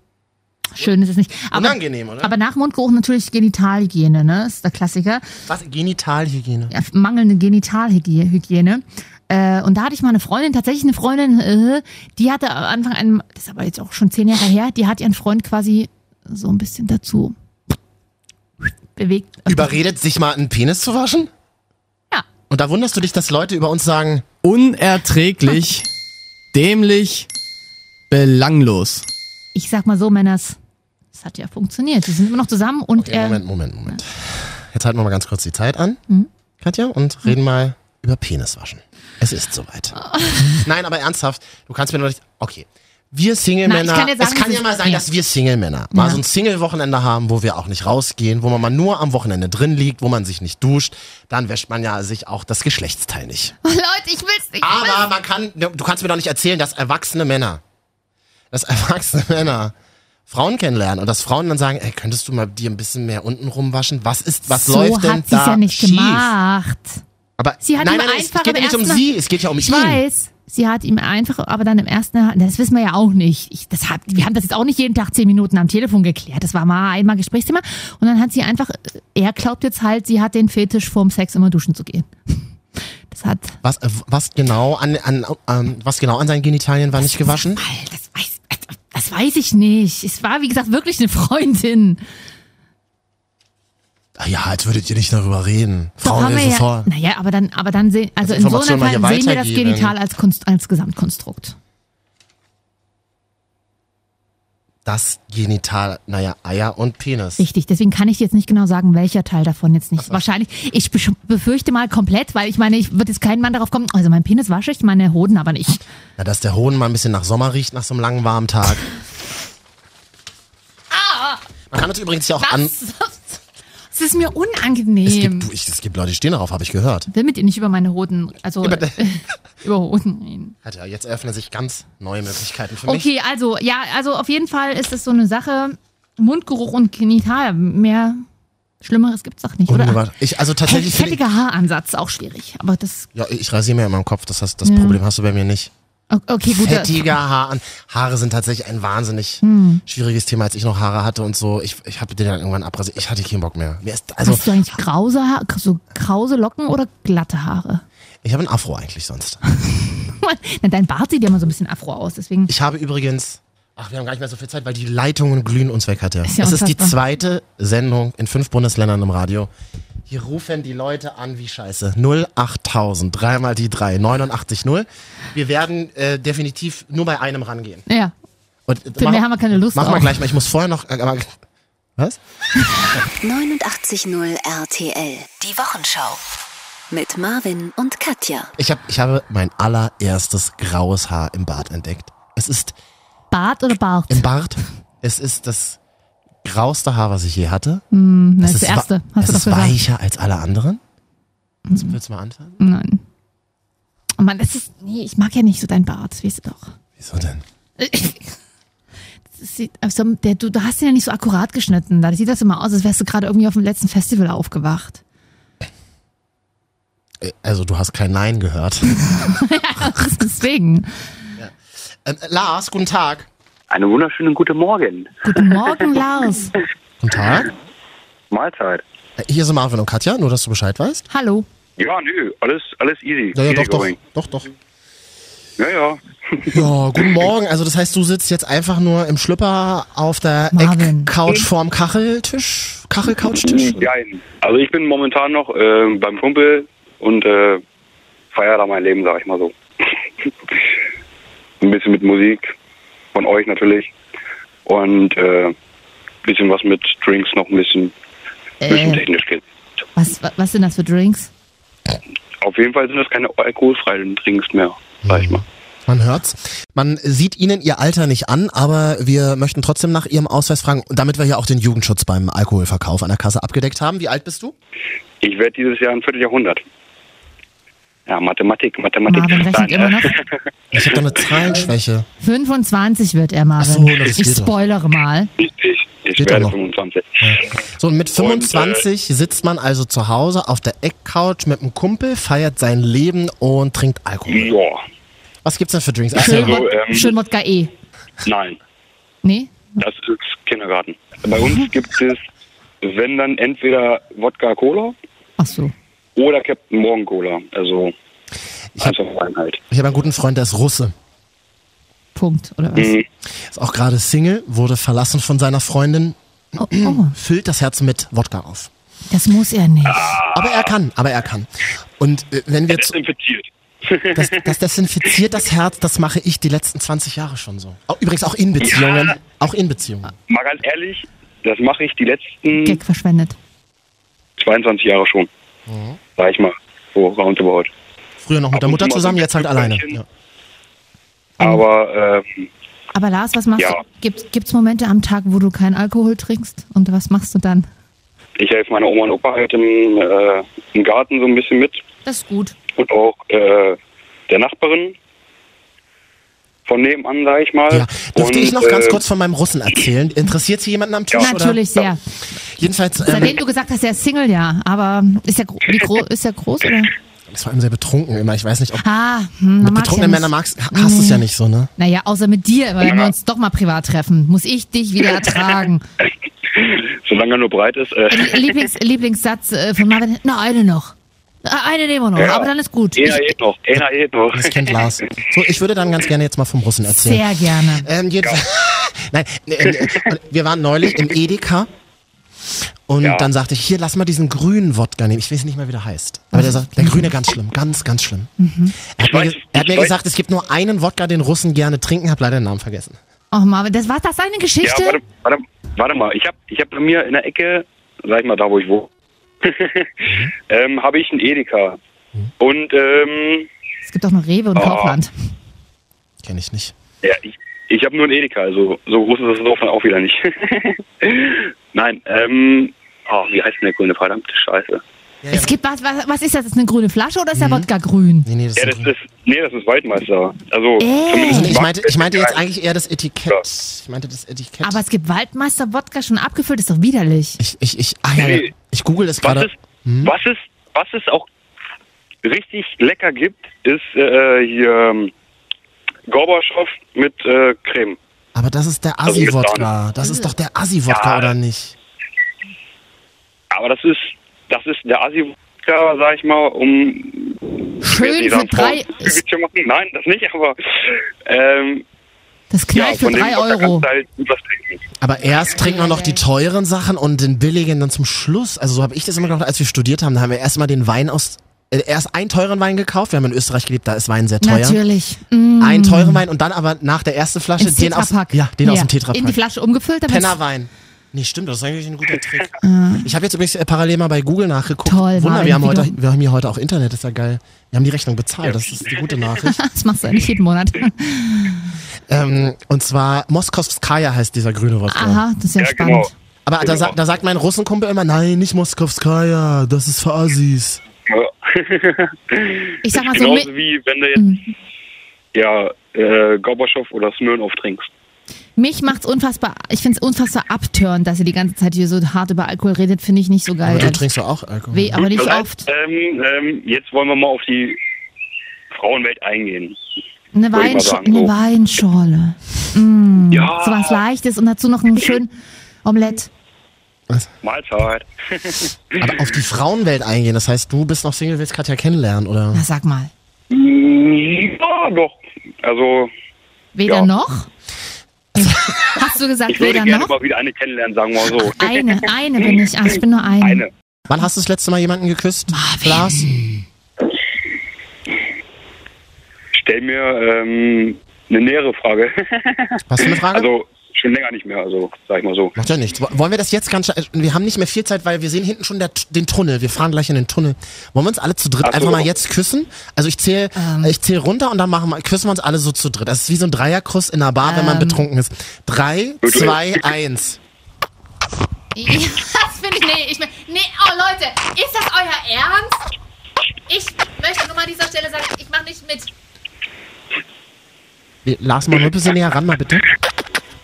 Speaker 3: Schön ist es nicht. Aber,
Speaker 2: Unangenehm, oder?
Speaker 3: Aber nach Mundgeruch natürlich Genitalhygiene, ne? Ist der Klassiker.
Speaker 2: Was? Genitalhygiene.
Speaker 3: ja, mangelnde Genitalhygiene. Äh, und da hatte ich mal eine Freundin, tatsächlich eine Freundin, äh, die hatte am Anfang einen, das ist aber jetzt auch schon zehn Jahre her, die hat ihren Freund quasi so ein bisschen dazu bewegt. Also
Speaker 2: Überredet, sich mal einen Penis zu waschen?
Speaker 3: Ja.
Speaker 2: Und da wunderst du dich, dass Leute über uns sagen,
Speaker 4: Unerträglich, dämlich, belanglos.
Speaker 3: Ich sag mal so, Männers, es hat ja funktioniert. Sie sind immer noch zusammen und
Speaker 2: okay,
Speaker 3: er.
Speaker 2: Moment, Moment, Moment. Jetzt halten wir mal ganz kurz die Zeit an,
Speaker 3: Mhm.
Speaker 2: Katja, und reden mal über Peniswaschen. Es ist soweit.
Speaker 3: Oh.
Speaker 2: (laughs) Nein, aber ernsthaft, du kannst mir noch nicht... Okay. Wir Single-Männer,
Speaker 3: Nein, ich kann dir sagen,
Speaker 2: es kann
Speaker 3: es
Speaker 2: ja
Speaker 3: ist-
Speaker 2: mal sein,
Speaker 3: ja.
Speaker 2: dass wir Single-Männer mal so ein Single-Wochenende haben, wo wir auch nicht rausgehen, wo man mal nur am Wochenende drin liegt, wo man sich nicht duscht. Dann wäscht man ja sich auch das Geschlechtsteil nicht.
Speaker 3: Oh, (laughs) Leute, ich will's nicht.
Speaker 2: Aber man kann, du kannst mir doch nicht erzählen, dass erwachsene Männer, dass (laughs) erwachsene Männer Frauen kennenlernen und dass Frauen dann sagen, ey, könntest du mal dir ein bisschen mehr unten rumwaschen? Was ist, was
Speaker 3: so
Speaker 2: läuft denn
Speaker 3: hat sie's
Speaker 2: da
Speaker 3: ja nicht
Speaker 2: schief?
Speaker 3: gemacht.
Speaker 2: Aber
Speaker 3: Sie hat
Speaker 2: nein,
Speaker 3: ihm
Speaker 2: nein, nein,
Speaker 3: einfach
Speaker 2: es geht ja
Speaker 3: am
Speaker 2: nicht um
Speaker 3: ersten-
Speaker 2: sie, es geht ja um
Speaker 3: Ich
Speaker 2: ihn.
Speaker 3: weiß, sie hat ihm einfach, aber dann im ersten, das wissen wir ja auch nicht. Ich, das hab, wir haben das jetzt auch nicht jeden Tag zehn Minuten am Telefon geklärt. Das war mal einmal Gesprächsthema. Und dann hat sie einfach, er glaubt jetzt halt, sie hat den Fetisch vorm Sex immer duschen zu gehen. (laughs) Das hat,
Speaker 2: Was, äh, was genau an, an ähm, was genau an seinen Genitalien war nicht gewaschen?
Speaker 3: Alter, das weiß, das weiß ich nicht. Es war, wie gesagt, wirklich eine Freundin.
Speaker 2: Ah Ja, als würdet ihr nicht darüber reden. Frauen
Speaker 3: wir
Speaker 2: helfen
Speaker 3: ja,
Speaker 2: vor.
Speaker 3: Naja, aber dann, aber dann sehen, also in so
Speaker 2: Information
Speaker 3: einer
Speaker 2: mal hier
Speaker 3: Fall sehen wir das
Speaker 2: weitergeben.
Speaker 3: Genital als, Kunst, als Gesamtkonstrukt.
Speaker 2: Das Genital, naja, Eier und Penis.
Speaker 3: Richtig, deswegen kann ich jetzt nicht genau sagen, welcher Teil davon jetzt nicht. Wahrscheinlich, ich besch- befürchte mal komplett, weil ich meine, ich würde jetzt kein Mann darauf kommen, also mein Penis wasche ich, meine Hoden aber nicht.
Speaker 2: Na, dass der Hohn mal ein bisschen nach Sommer riecht, nach so einem langen, warmen Tag. Man kann das übrigens ja auch
Speaker 3: (laughs)
Speaker 2: an...
Speaker 3: Ah! Was? Es ist mir
Speaker 2: Es
Speaker 3: unangenehm.
Speaker 2: gibt, ich, es gibt Leute, die stehen darauf, habe ich gehört.
Speaker 3: Ich will mit ihr nicht über meine Hoden, also über, (laughs) über Hoden reden.
Speaker 2: Katja, jetzt eröffnen sich ganz neue Möglichkeiten für mich.
Speaker 3: Okay, also, ja, also auf jeden Fall ist es so eine Sache, Mundgeruch und Genital, mehr Schlimmeres gibt's doch nicht, oder?
Speaker 2: Ungewahr- Ich, also tatsächlich finde ich,
Speaker 3: Fettiger Haaransatz, auch schwierig, aber das,
Speaker 2: ja, ich rasiere mir immer im Kopf, das, hast, das Problem hast du bei mir nicht.
Speaker 3: okay, gut. das-
Speaker 2: Fettiger Haar an. Haare sind tatsächlich ein wahnsinnig
Speaker 3: Hm.
Speaker 2: schwieriges Thema, als ich noch Haare hatte und so. Ich, ich habe den dann irgendwann abrasiert. Ich hatte keinen Bock mehr. Mir ist, also,
Speaker 3: Hast du eigentlich krause, Haar- so krause Locken oder glatte Haare? (laughs)
Speaker 2: ich habe einen Afro eigentlich sonst.
Speaker 3: Na, dein Bart sieht ja mal so ein bisschen afro aus, deswegen.
Speaker 2: Ich habe übrigens, ach, wir haben gar nicht mehr so viel Zeit, weil die Leitungen glühen uns weg, Katja.
Speaker 3: Ist ja
Speaker 2: es ist die
Speaker 3: unfassbar.
Speaker 2: zweite Sendung in fünf Bundesländern im Radio. Hier rufen die Leute an wie scheiße. 08000, dreimal die drei, 89,0. Wir werden äh, definitiv nur bei einem rangehen.
Speaker 3: Ja.
Speaker 2: Und,
Speaker 3: Für mehr haben wir keine Lust
Speaker 2: Mach mal
Speaker 3: auf.
Speaker 2: gleich mal, ich muss vorher noch... Äh, aber- was?
Speaker 1: 89.0 RTL. Die Wochenschau. Mit Marvin und Katja.
Speaker 2: Ich, hab, ich habe mein allererstes graues Haar im Bart entdeckt. Es ist
Speaker 3: Bart oder Bart?
Speaker 2: im Bart. Es ist das grauste Haar, was ich je hatte. Es
Speaker 3: Na, Hm, das
Speaker 2: wa-
Speaker 3: erste. Hast du
Speaker 2: es ist
Speaker 3: doch gesagt. Mhm.
Speaker 2: weicher als alle anderen. Jetzt Willst du mal anfangen?
Speaker 3: Nein. Oh Mann, das ist. Nee, ich mag ja nicht so deinen Bart, weißt du doch. (laughs)
Speaker 2: Wieso denn?
Speaker 3: Das sieht, also der, du, du hast ihn ja nicht so akkurat geschnitten. Da sieht das immer aus, als wärst du gerade irgendwie auf dem letzten Festival aufgewacht. (laughs)
Speaker 2: Äh, Also du hast kein Nein gehört.
Speaker 3: Deswegen.
Speaker 2: ähm, (laughs) äh, Lars, guten Tag.
Speaker 5: Einen wunderschönen guten Morgen.
Speaker 3: Guten Morgen, Lars.
Speaker 2: Guten Tag.
Speaker 5: Mahlzeit.
Speaker 2: Äh, Hier sind Marvin und Katja, nur dass du Bescheid weißt.
Speaker 3: Hallo.
Speaker 5: Ja, nö, alles, alles easy.
Speaker 2: Ja, ja,
Speaker 5: easy
Speaker 2: doch, doch,
Speaker 5: going.
Speaker 2: doch, doch.
Speaker 5: Ja, ja.
Speaker 2: Ja, guten Morgen. Also das heißt, du sitzt jetzt einfach nur im Schlüpper auf der
Speaker 3: Marvin.
Speaker 2: Eckcouch vorm Kacheltisch, Kachelcouchtisch.
Speaker 5: Nein. Also ich bin momentan noch ähm, beim Kumpel und äh, feiere da mein Leben, sag ich mal so. (laughs) Ein bisschen mit Musik, von euch natürlich. Und äh, ein bisschen was mit Drinks noch ein bisschen, ein bisschen
Speaker 3: Äh,
Speaker 5: technisch geht.
Speaker 3: was, wa- was sind das für Drinks? Mhm.
Speaker 5: Auf jeden Fall sind das keine alkoholfreien Drinks mehr, sag ich mal.
Speaker 2: Man hört's. Man sieht Ihnen Ihr Alter nicht an, aber wir möchten trotzdem nach Ihrem Ausweis fragen, und damit wir ja auch den Jugendschutz beim Alkoholverkauf an der Kasse abgedeckt haben. Wie alt bist du?
Speaker 5: Ich werde dieses Jahr ein Vierteljahrhundert. Ja, Mathematik, Mathematik. äh,
Speaker 3: Marvin rechnet immer
Speaker 5: ne?
Speaker 3: noch.
Speaker 2: Ich habe doch eine Zahlenschwäche.
Speaker 3: 25 wird er,
Speaker 2: Ach so,
Speaker 3: Marvin.
Speaker 2: das
Speaker 3: ich
Speaker 2: geht doch.
Speaker 3: spoilere mal.
Speaker 5: Richtig, ich
Speaker 2: Steht da
Speaker 5: werde
Speaker 2: noch.
Speaker 5: 25.
Speaker 2: So, und mit
Speaker 5: äh,
Speaker 2: 25 sitzt man also zu Hause auf der Eckcouch mit einem Kumpel, feiert sein Leben und trinkt Alkohol.
Speaker 5: Ja,
Speaker 2: Was gibt's denn für Drinks?
Speaker 3: Schön,
Speaker 2: Erzähl mal.
Speaker 5: Also, ähm,
Speaker 3: Schön Wodka E.
Speaker 5: nein,
Speaker 3: Nee?
Speaker 5: das ist Kindergarten. Bei
Speaker 2: Mhm.
Speaker 5: uns gibt es, wenn dann entweder Wodka Cola
Speaker 3: Ach so.
Speaker 5: oder Captain Morgan Cola. Also
Speaker 2: Ich hab-
Speaker 5: einfach rein halt.
Speaker 2: Ich habe einen guten Freund, der ist Russe.
Speaker 3: Punkt, oder was?
Speaker 5: Mhm.
Speaker 2: Ist auch gerade Single, wurde verlassen von seiner Freundin,
Speaker 3: Oh, oh,
Speaker 2: füllt das Herz mit Wodka auf.
Speaker 3: das muss er nicht.
Speaker 5: Ah.
Speaker 2: Aber er kann, aber er kann. Und äh, wenn wir zu,
Speaker 5: Desinfiziert.
Speaker 2: das, das desinfiziert das Herz, das mache ich die letzten 20 Jahre schon so. Au- Übrigens auch in Beziehungen. Auch in Beziehungen.
Speaker 5: (laughs) Mal ganz ehrlich, das mache ich die letzten
Speaker 3: Gag verschwendet.
Speaker 5: 22 Jahre schon.
Speaker 2: Mhm.
Speaker 5: Sag ich mal, so roundabout.
Speaker 2: Früher noch mit
Speaker 5: Ab
Speaker 2: der
Speaker 5: und
Speaker 2: Mutter
Speaker 5: zu mal so
Speaker 2: zusammen,
Speaker 5: ein
Speaker 2: jetzt halt alleine.
Speaker 5: Stückchen.
Speaker 2: Ja.
Speaker 5: Aber ähm,
Speaker 3: Aber Lars, was machst
Speaker 5: Ja.
Speaker 3: du? Gibt, gibt's Momente am Tag, wo du keinen Alkohol trinkst? Und was machst du dann?
Speaker 5: ich helfe meiner Oma und Opa halt im, äh, im Garten so ein bisschen mit
Speaker 3: Das ist gut.
Speaker 5: und auch äh, der Nachbarin von nebenan, sag ich mal.
Speaker 2: Ja. Dürfte
Speaker 5: und,
Speaker 2: ich noch ganz
Speaker 5: äh,
Speaker 2: kurz von meinem Russen erzählen? Interessiert Sie jemanden am Tisch? oder?
Speaker 3: Natürlich sehr.
Speaker 2: Jedenfalls, ähm,
Speaker 3: Seitdem du gesagt hast, er ist Single, ja. Aber ist er, gro wie gro ist er groß? Oder?
Speaker 2: das war eben sehr betrunken immer. Ich weiß nicht, ob
Speaker 3: Ah,
Speaker 2: mit
Speaker 3: hm, mag ich ja
Speaker 2: betrunkenen
Speaker 3: nicht.
Speaker 2: Männern magst, ha- hast du es ja nicht so, ne?
Speaker 3: Naja, außer mit dir, weil wenn wir uns doch mal privat treffen, muss ich dich wieder ertragen.
Speaker 5: (laughs) Solange er nur breit ist. Äh,
Speaker 3: Lieblings, Lieblingssatz äh, von Marvin, na, eine noch. Na, Eine nehmen wir noch,
Speaker 5: Ja.
Speaker 3: aber dann ist gut.
Speaker 5: Einer
Speaker 3: Ich,
Speaker 5: geht noch, einer geht noch.
Speaker 2: Das
Speaker 5: (laughs)
Speaker 2: kennt Lars. So, ich würde dann ganz gerne jetzt mal vom Russen erzählen.
Speaker 3: sehr gerne.
Speaker 2: Ähm, jedenfalls, (laughs) Nein, äh, äh, wir waren neulich im Edeka und
Speaker 5: Ja.
Speaker 2: dann sagte ich, hier, lass mal diesen grünen Wodka nehmen. Ich weiß nicht mehr, wie der heißt. Aber der, sagt, der grüne ganz schlimm, ganz, ganz schlimm.
Speaker 3: Mhm.
Speaker 2: Er hat,
Speaker 5: Ich
Speaker 2: mir,
Speaker 5: weiß,
Speaker 2: ge- er hat
Speaker 5: ich
Speaker 2: mir
Speaker 5: weiß.
Speaker 2: gesagt, es gibt nur einen Wodka, den Russen gerne trinken. Hab leider den Namen vergessen.
Speaker 3: Oh Marvin, das war das eine
Speaker 5: Ja,
Speaker 3: Geschichte?
Speaker 5: warte, warte, warte mal. Ich habe ich hab bei mir in der Ecke, sag ich mal, da wo ich wohne, (laughs) ähm, habe ich einen Edeka.
Speaker 2: Mhm.
Speaker 5: Und ähm,
Speaker 3: es gibt auch noch Rewe und
Speaker 5: Oh.
Speaker 3: Kaufland.
Speaker 2: Kenne ich nicht.
Speaker 5: ja, ich, ich habe nur einen Edeka, also so groß ist das Dorf dann auch wieder nicht. (laughs) Nein, ähm, oh, wie heißt denn der grüne verdammte Scheiße?
Speaker 2: Ja,
Speaker 3: Es gibt was, was, was ist das? Ist eine grüne Flasche oder ist
Speaker 5: Mhm.
Speaker 3: der Wodka grün?
Speaker 2: Nee, nee, das
Speaker 5: Ja,
Speaker 2: ist
Speaker 5: das
Speaker 2: ein grün.
Speaker 5: ist, nee, das ist Waldmeister. Also
Speaker 3: Äh.
Speaker 5: zumindest.
Speaker 2: Also ich,
Speaker 5: war-
Speaker 2: meinte, ich meinte jetzt eigentlich eher das Etikett. Ich meinte das Etikett.
Speaker 3: Aber es gibt Waldmeister Wodka schon abgefüllt, ist doch widerlich.
Speaker 2: ich, ich, ich, ah, ja, ja.
Speaker 5: Nee.
Speaker 2: ich google das
Speaker 5: Was
Speaker 2: gerade. Hm?
Speaker 5: es, was es, was es auch richtig lecker gibt, ist äh, hier ähm, Gorbatschow mit äh, Creme.
Speaker 2: Aber das ist der
Speaker 5: Also jetzt
Speaker 2: Assi-Wodka. Das ist doch der Assi-Wodka,
Speaker 5: Ja.
Speaker 2: oder nicht?
Speaker 5: Aber das ist, das ist der asi sag ich mal, um
Speaker 3: Schön für drei.
Speaker 5: zu machen. Nein, das nicht, aber ähm,
Speaker 3: Das
Speaker 5: ja,
Speaker 3: knallt für
Speaker 5: von dem
Speaker 3: drei
Speaker 5: Wodka
Speaker 3: Euro.
Speaker 5: kannst du halt gut was trinken.
Speaker 2: Aber erst trinkt man noch die teuren Sachen und den billigen dann zum Schluss. Also so habe ich das immer gemacht, als wir studiert haben. Da haben wir erst mal den Wein aus, äh, erst einen teuren Wein gekauft. Wir haben in Österreich gelebt, da ist Wein sehr teuer.
Speaker 3: Natürlich. Mm.
Speaker 2: Einen teuren Wein und dann aber nach der ersten Flasche
Speaker 3: Ins
Speaker 2: den aus,
Speaker 3: Tetrapack.
Speaker 2: ja, den aus
Speaker 3: Ja,
Speaker 2: dem Tetrapack.
Speaker 3: In die Flasche umgefüllt, damit
Speaker 2: Pennerwein. Nee, stimmt, das ist eigentlich ein guter Trick. Ich habe jetzt übrigens äh, parallel mal bei Google nachgeguckt.
Speaker 3: Ah. Toll,
Speaker 2: Wunder,
Speaker 3: Marvin,
Speaker 2: wir haben,
Speaker 3: wie
Speaker 2: heute,
Speaker 3: du-
Speaker 2: wir haben hier heute auch Internet, ist ja geil. Wir haben die Rechnung bezahlt, das ist die gute Nachricht.
Speaker 3: (laughs) das machst du ja nicht jeden
Speaker 5: (laughs)
Speaker 3: Monat.
Speaker 2: ähm, und zwar Moskowskaya heißt dieser grüne Wodka.
Speaker 3: Aha, das ist ja,
Speaker 5: Ja,
Speaker 3: spannend.
Speaker 5: genau.
Speaker 2: Aber da, sa- da sagt mein Russenkumpel immer, nein, nicht Moskowskaya, das ist für Assis.
Speaker 5: Ja.
Speaker 3: Ich sag mal so,
Speaker 5: Genauso
Speaker 3: mi Mhm.
Speaker 5: wie wenn du jetzt ja, äh, Gorbatschow oder Smirnoff trinkst.
Speaker 3: mich macht's unfassbar, ich find's unfassbar abtörend, dass ihr die ganze Zeit hier so hart über Alkohol redet, finde ich nicht so geil.
Speaker 2: Aber du
Speaker 3: ehrlich.
Speaker 2: trinkst doch auch Alkohol.
Speaker 3: Weh, aber nicht
Speaker 5: Vielleicht,
Speaker 3: oft.
Speaker 5: Ähm, ähm, jetzt wollen wir mal auf die Frauenwelt eingehen.
Speaker 3: Eine,
Speaker 5: würd ich mal
Speaker 3: Weinscho
Speaker 5: sagen, so.
Speaker 3: eine Weinschorle. Mm,
Speaker 5: Ja,
Speaker 3: So was Leichtes und dazu noch ein schön Omelett.
Speaker 5: Mahlzeit.
Speaker 2: Aber auf die Frauenwelt eingehen, das heißt, du bist noch Single, willst Katja kennenlernen, oder?
Speaker 3: Na, sag mal.
Speaker 5: Ja, doch. Also,
Speaker 3: Weder
Speaker 5: Ja.
Speaker 3: noch? (laughs) Hast du gesagt,
Speaker 5: ich würde
Speaker 3: weder
Speaker 5: gerne
Speaker 3: noch?
Speaker 5: mal wieder eine kennenlernen, sagen wir mal so.
Speaker 3: Eine, eine bin ich. Ach, ich bin nur eine.
Speaker 5: Eine.
Speaker 2: Wann hast du das letzte Mal jemanden geküsst? Lars?
Speaker 5: Stell mir ähm, eine nähere Frage.
Speaker 2: Hast du eine Frage?
Speaker 5: also, schon länger nicht mehr, also sag ich mal so.
Speaker 2: Macht ja nichts. Wo- Wollen wir das jetzt ganz schnell. äh, Wir haben nicht mehr viel Zeit, weil wir sehen hinten schon der, den Tunnel. Wir fahren gleich in den Tunnel. Wollen wir uns alle zu dritt
Speaker 5: Ach so.
Speaker 2: einfach mal jetzt küssen? Also ich zähle ich zähl runter und dann machen wir, küssen wir uns alle so zu dritt. Das ist wie so ein Dreierkuss in einer Bar, wenn man betrunken ist. Drei, zwei, eins.
Speaker 3: (laughs) Ja, das finde ich. Nee, ich mein- nee, oh Leute, ist das euer Ernst? Ich möchte nur mal an dieser Stelle sagen, ich mache nicht mit.
Speaker 2: Wir- Lars, mal ein bisschen näher ran, mal bitte.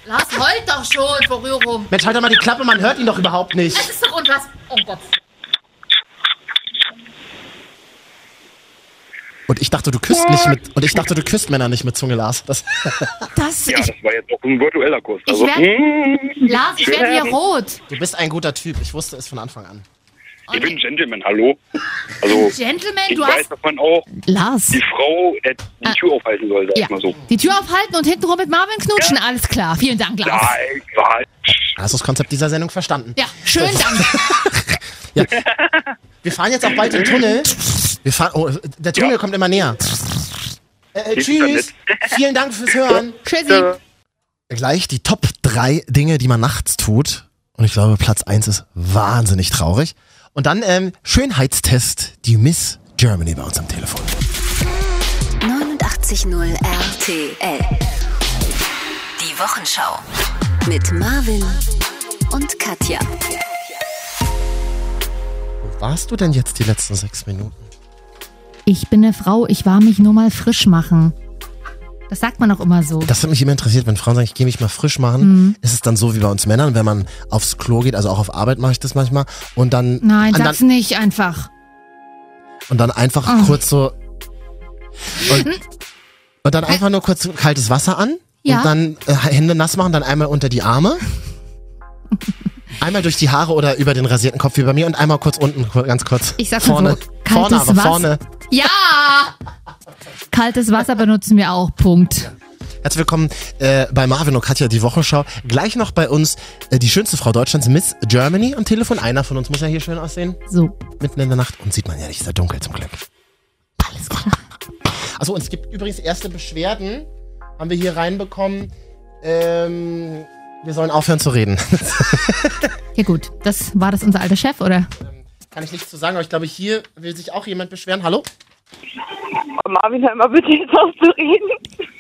Speaker 3: Lars heult doch schon vor Rührung.
Speaker 2: Mensch, halt doch mal die Klappe, man hört ihn doch überhaupt nicht.
Speaker 3: Das ist doch unwas. Oh Gott.
Speaker 2: Und ich dachte, du küsst nicht mit. Und ich dachte, du küsst Männer nicht mit Zunge, Lars. Das,
Speaker 3: Das,
Speaker 5: Ja,
Speaker 3: ich,
Speaker 5: das war jetzt auch ein virtueller Kuss.
Speaker 3: Ich
Speaker 5: Also,
Speaker 3: werd-
Speaker 5: mm,
Speaker 3: Lars, ich werde hier rot.
Speaker 2: du bist ein guter Typ. Ich wusste es von Anfang an.
Speaker 5: ich bin ein Gentleman, hallo. Also,
Speaker 3: Gentleman,
Speaker 5: ich
Speaker 3: du
Speaker 5: weiß,
Speaker 3: hast.
Speaker 5: dass man auch
Speaker 3: Lars.
Speaker 5: die Frau äh, die Tür aufhalten soll, sag
Speaker 3: Ja.
Speaker 5: ich mal so.
Speaker 3: Die Tür aufhalten und hintenrum mit Marvin knutschen. Alles klar. Vielen Dank, Lars.
Speaker 5: Nein, nein.
Speaker 2: Hast du das Konzept dieser Sendung verstanden?
Speaker 3: Ja, schönen
Speaker 5: (laughs)
Speaker 3: Dank.
Speaker 2: Wir fahren jetzt auch bald in den Tunnel. Wir fahren, oh, der Tunnel kommt immer näher. Äh, äh,
Speaker 5: Geht dann
Speaker 2: tschüss. Vielen Dank fürs Hören.
Speaker 3: Tschüssi.
Speaker 2: Gleich die Top 3 Dinge, die man nachts tut. Und ich glaube, Platz 1 ist wahnsinnig traurig. Und dann ähm, Schönheitstest, die Miss Germany bei uns am Telefon.
Speaker 1: 89.0 RTL. Die Wochenschau. Mit Marvin und Katja.
Speaker 2: Wo warst du denn jetzt die letzten sechs Minuten?
Speaker 3: Ich bin eine Frau, ich war mich nur mal frisch machen. Das sagt man auch immer so.
Speaker 2: Das hat mich immer interessiert, wenn Frauen sagen, ich gehe mich mal frisch machen.
Speaker 3: Mhm.
Speaker 2: Ist es dann so wie bei uns Männern, wenn man aufs Klo geht, also auch auf Arbeit mache ich das manchmal. Und dann,
Speaker 3: Nein,
Speaker 2: und dann,
Speaker 3: sag's nicht einfach.
Speaker 2: Und dann
Speaker 3: Ah.
Speaker 2: einfach kurz so.
Speaker 3: Hm?
Speaker 2: Und, und dann einfach nur kurz kaltes Wasser an.
Speaker 3: Ja.
Speaker 2: Und dann äh, Hände nass machen, dann einmal unter die
Speaker 3: (laughs)
Speaker 2: Arme. Einmal durch die Haare oder über den rasierten Kopf wie bei mir und einmal kurz unten, kur- ganz kurz.
Speaker 3: Ich sag's
Speaker 2: (laughs)
Speaker 3: mal
Speaker 2: vorne.
Speaker 3: so,
Speaker 2: vorne,
Speaker 3: kaltes
Speaker 2: aber
Speaker 3: Wasser.
Speaker 2: vorne.
Speaker 3: Ja! Kaltes Wasser benutzen wir auch, Punkt.
Speaker 2: Herzlich willkommen äh, bei Marvin und Katja, die Wochenschau. Gleich noch bei uns äh, die schönste Frau Deutschlands, Miss Germany am Telefon. Einer von uns muss ja hier schön aussehen.
Speaker 3: So,
Speaker 2: mitten in der Nacht und sieht man ja nicht, ist ja dunkel zum Glück. Alles klar. Achso, und es gibt übrigens erste Beschwerden, haben wir hier reinbekommen. Ähm, wir sollen aufhören zu reden. (laughs)
Speaker 3: ja gut. Das war das unser alter Chef, oder?
Speaker 2: Kann ich nichts zu sagen, aber ich glaube, hier will sich auch jemand beschweren. Hallo?
Speaker 6: Marvin, hör mal bitte jetzt auf zu reden.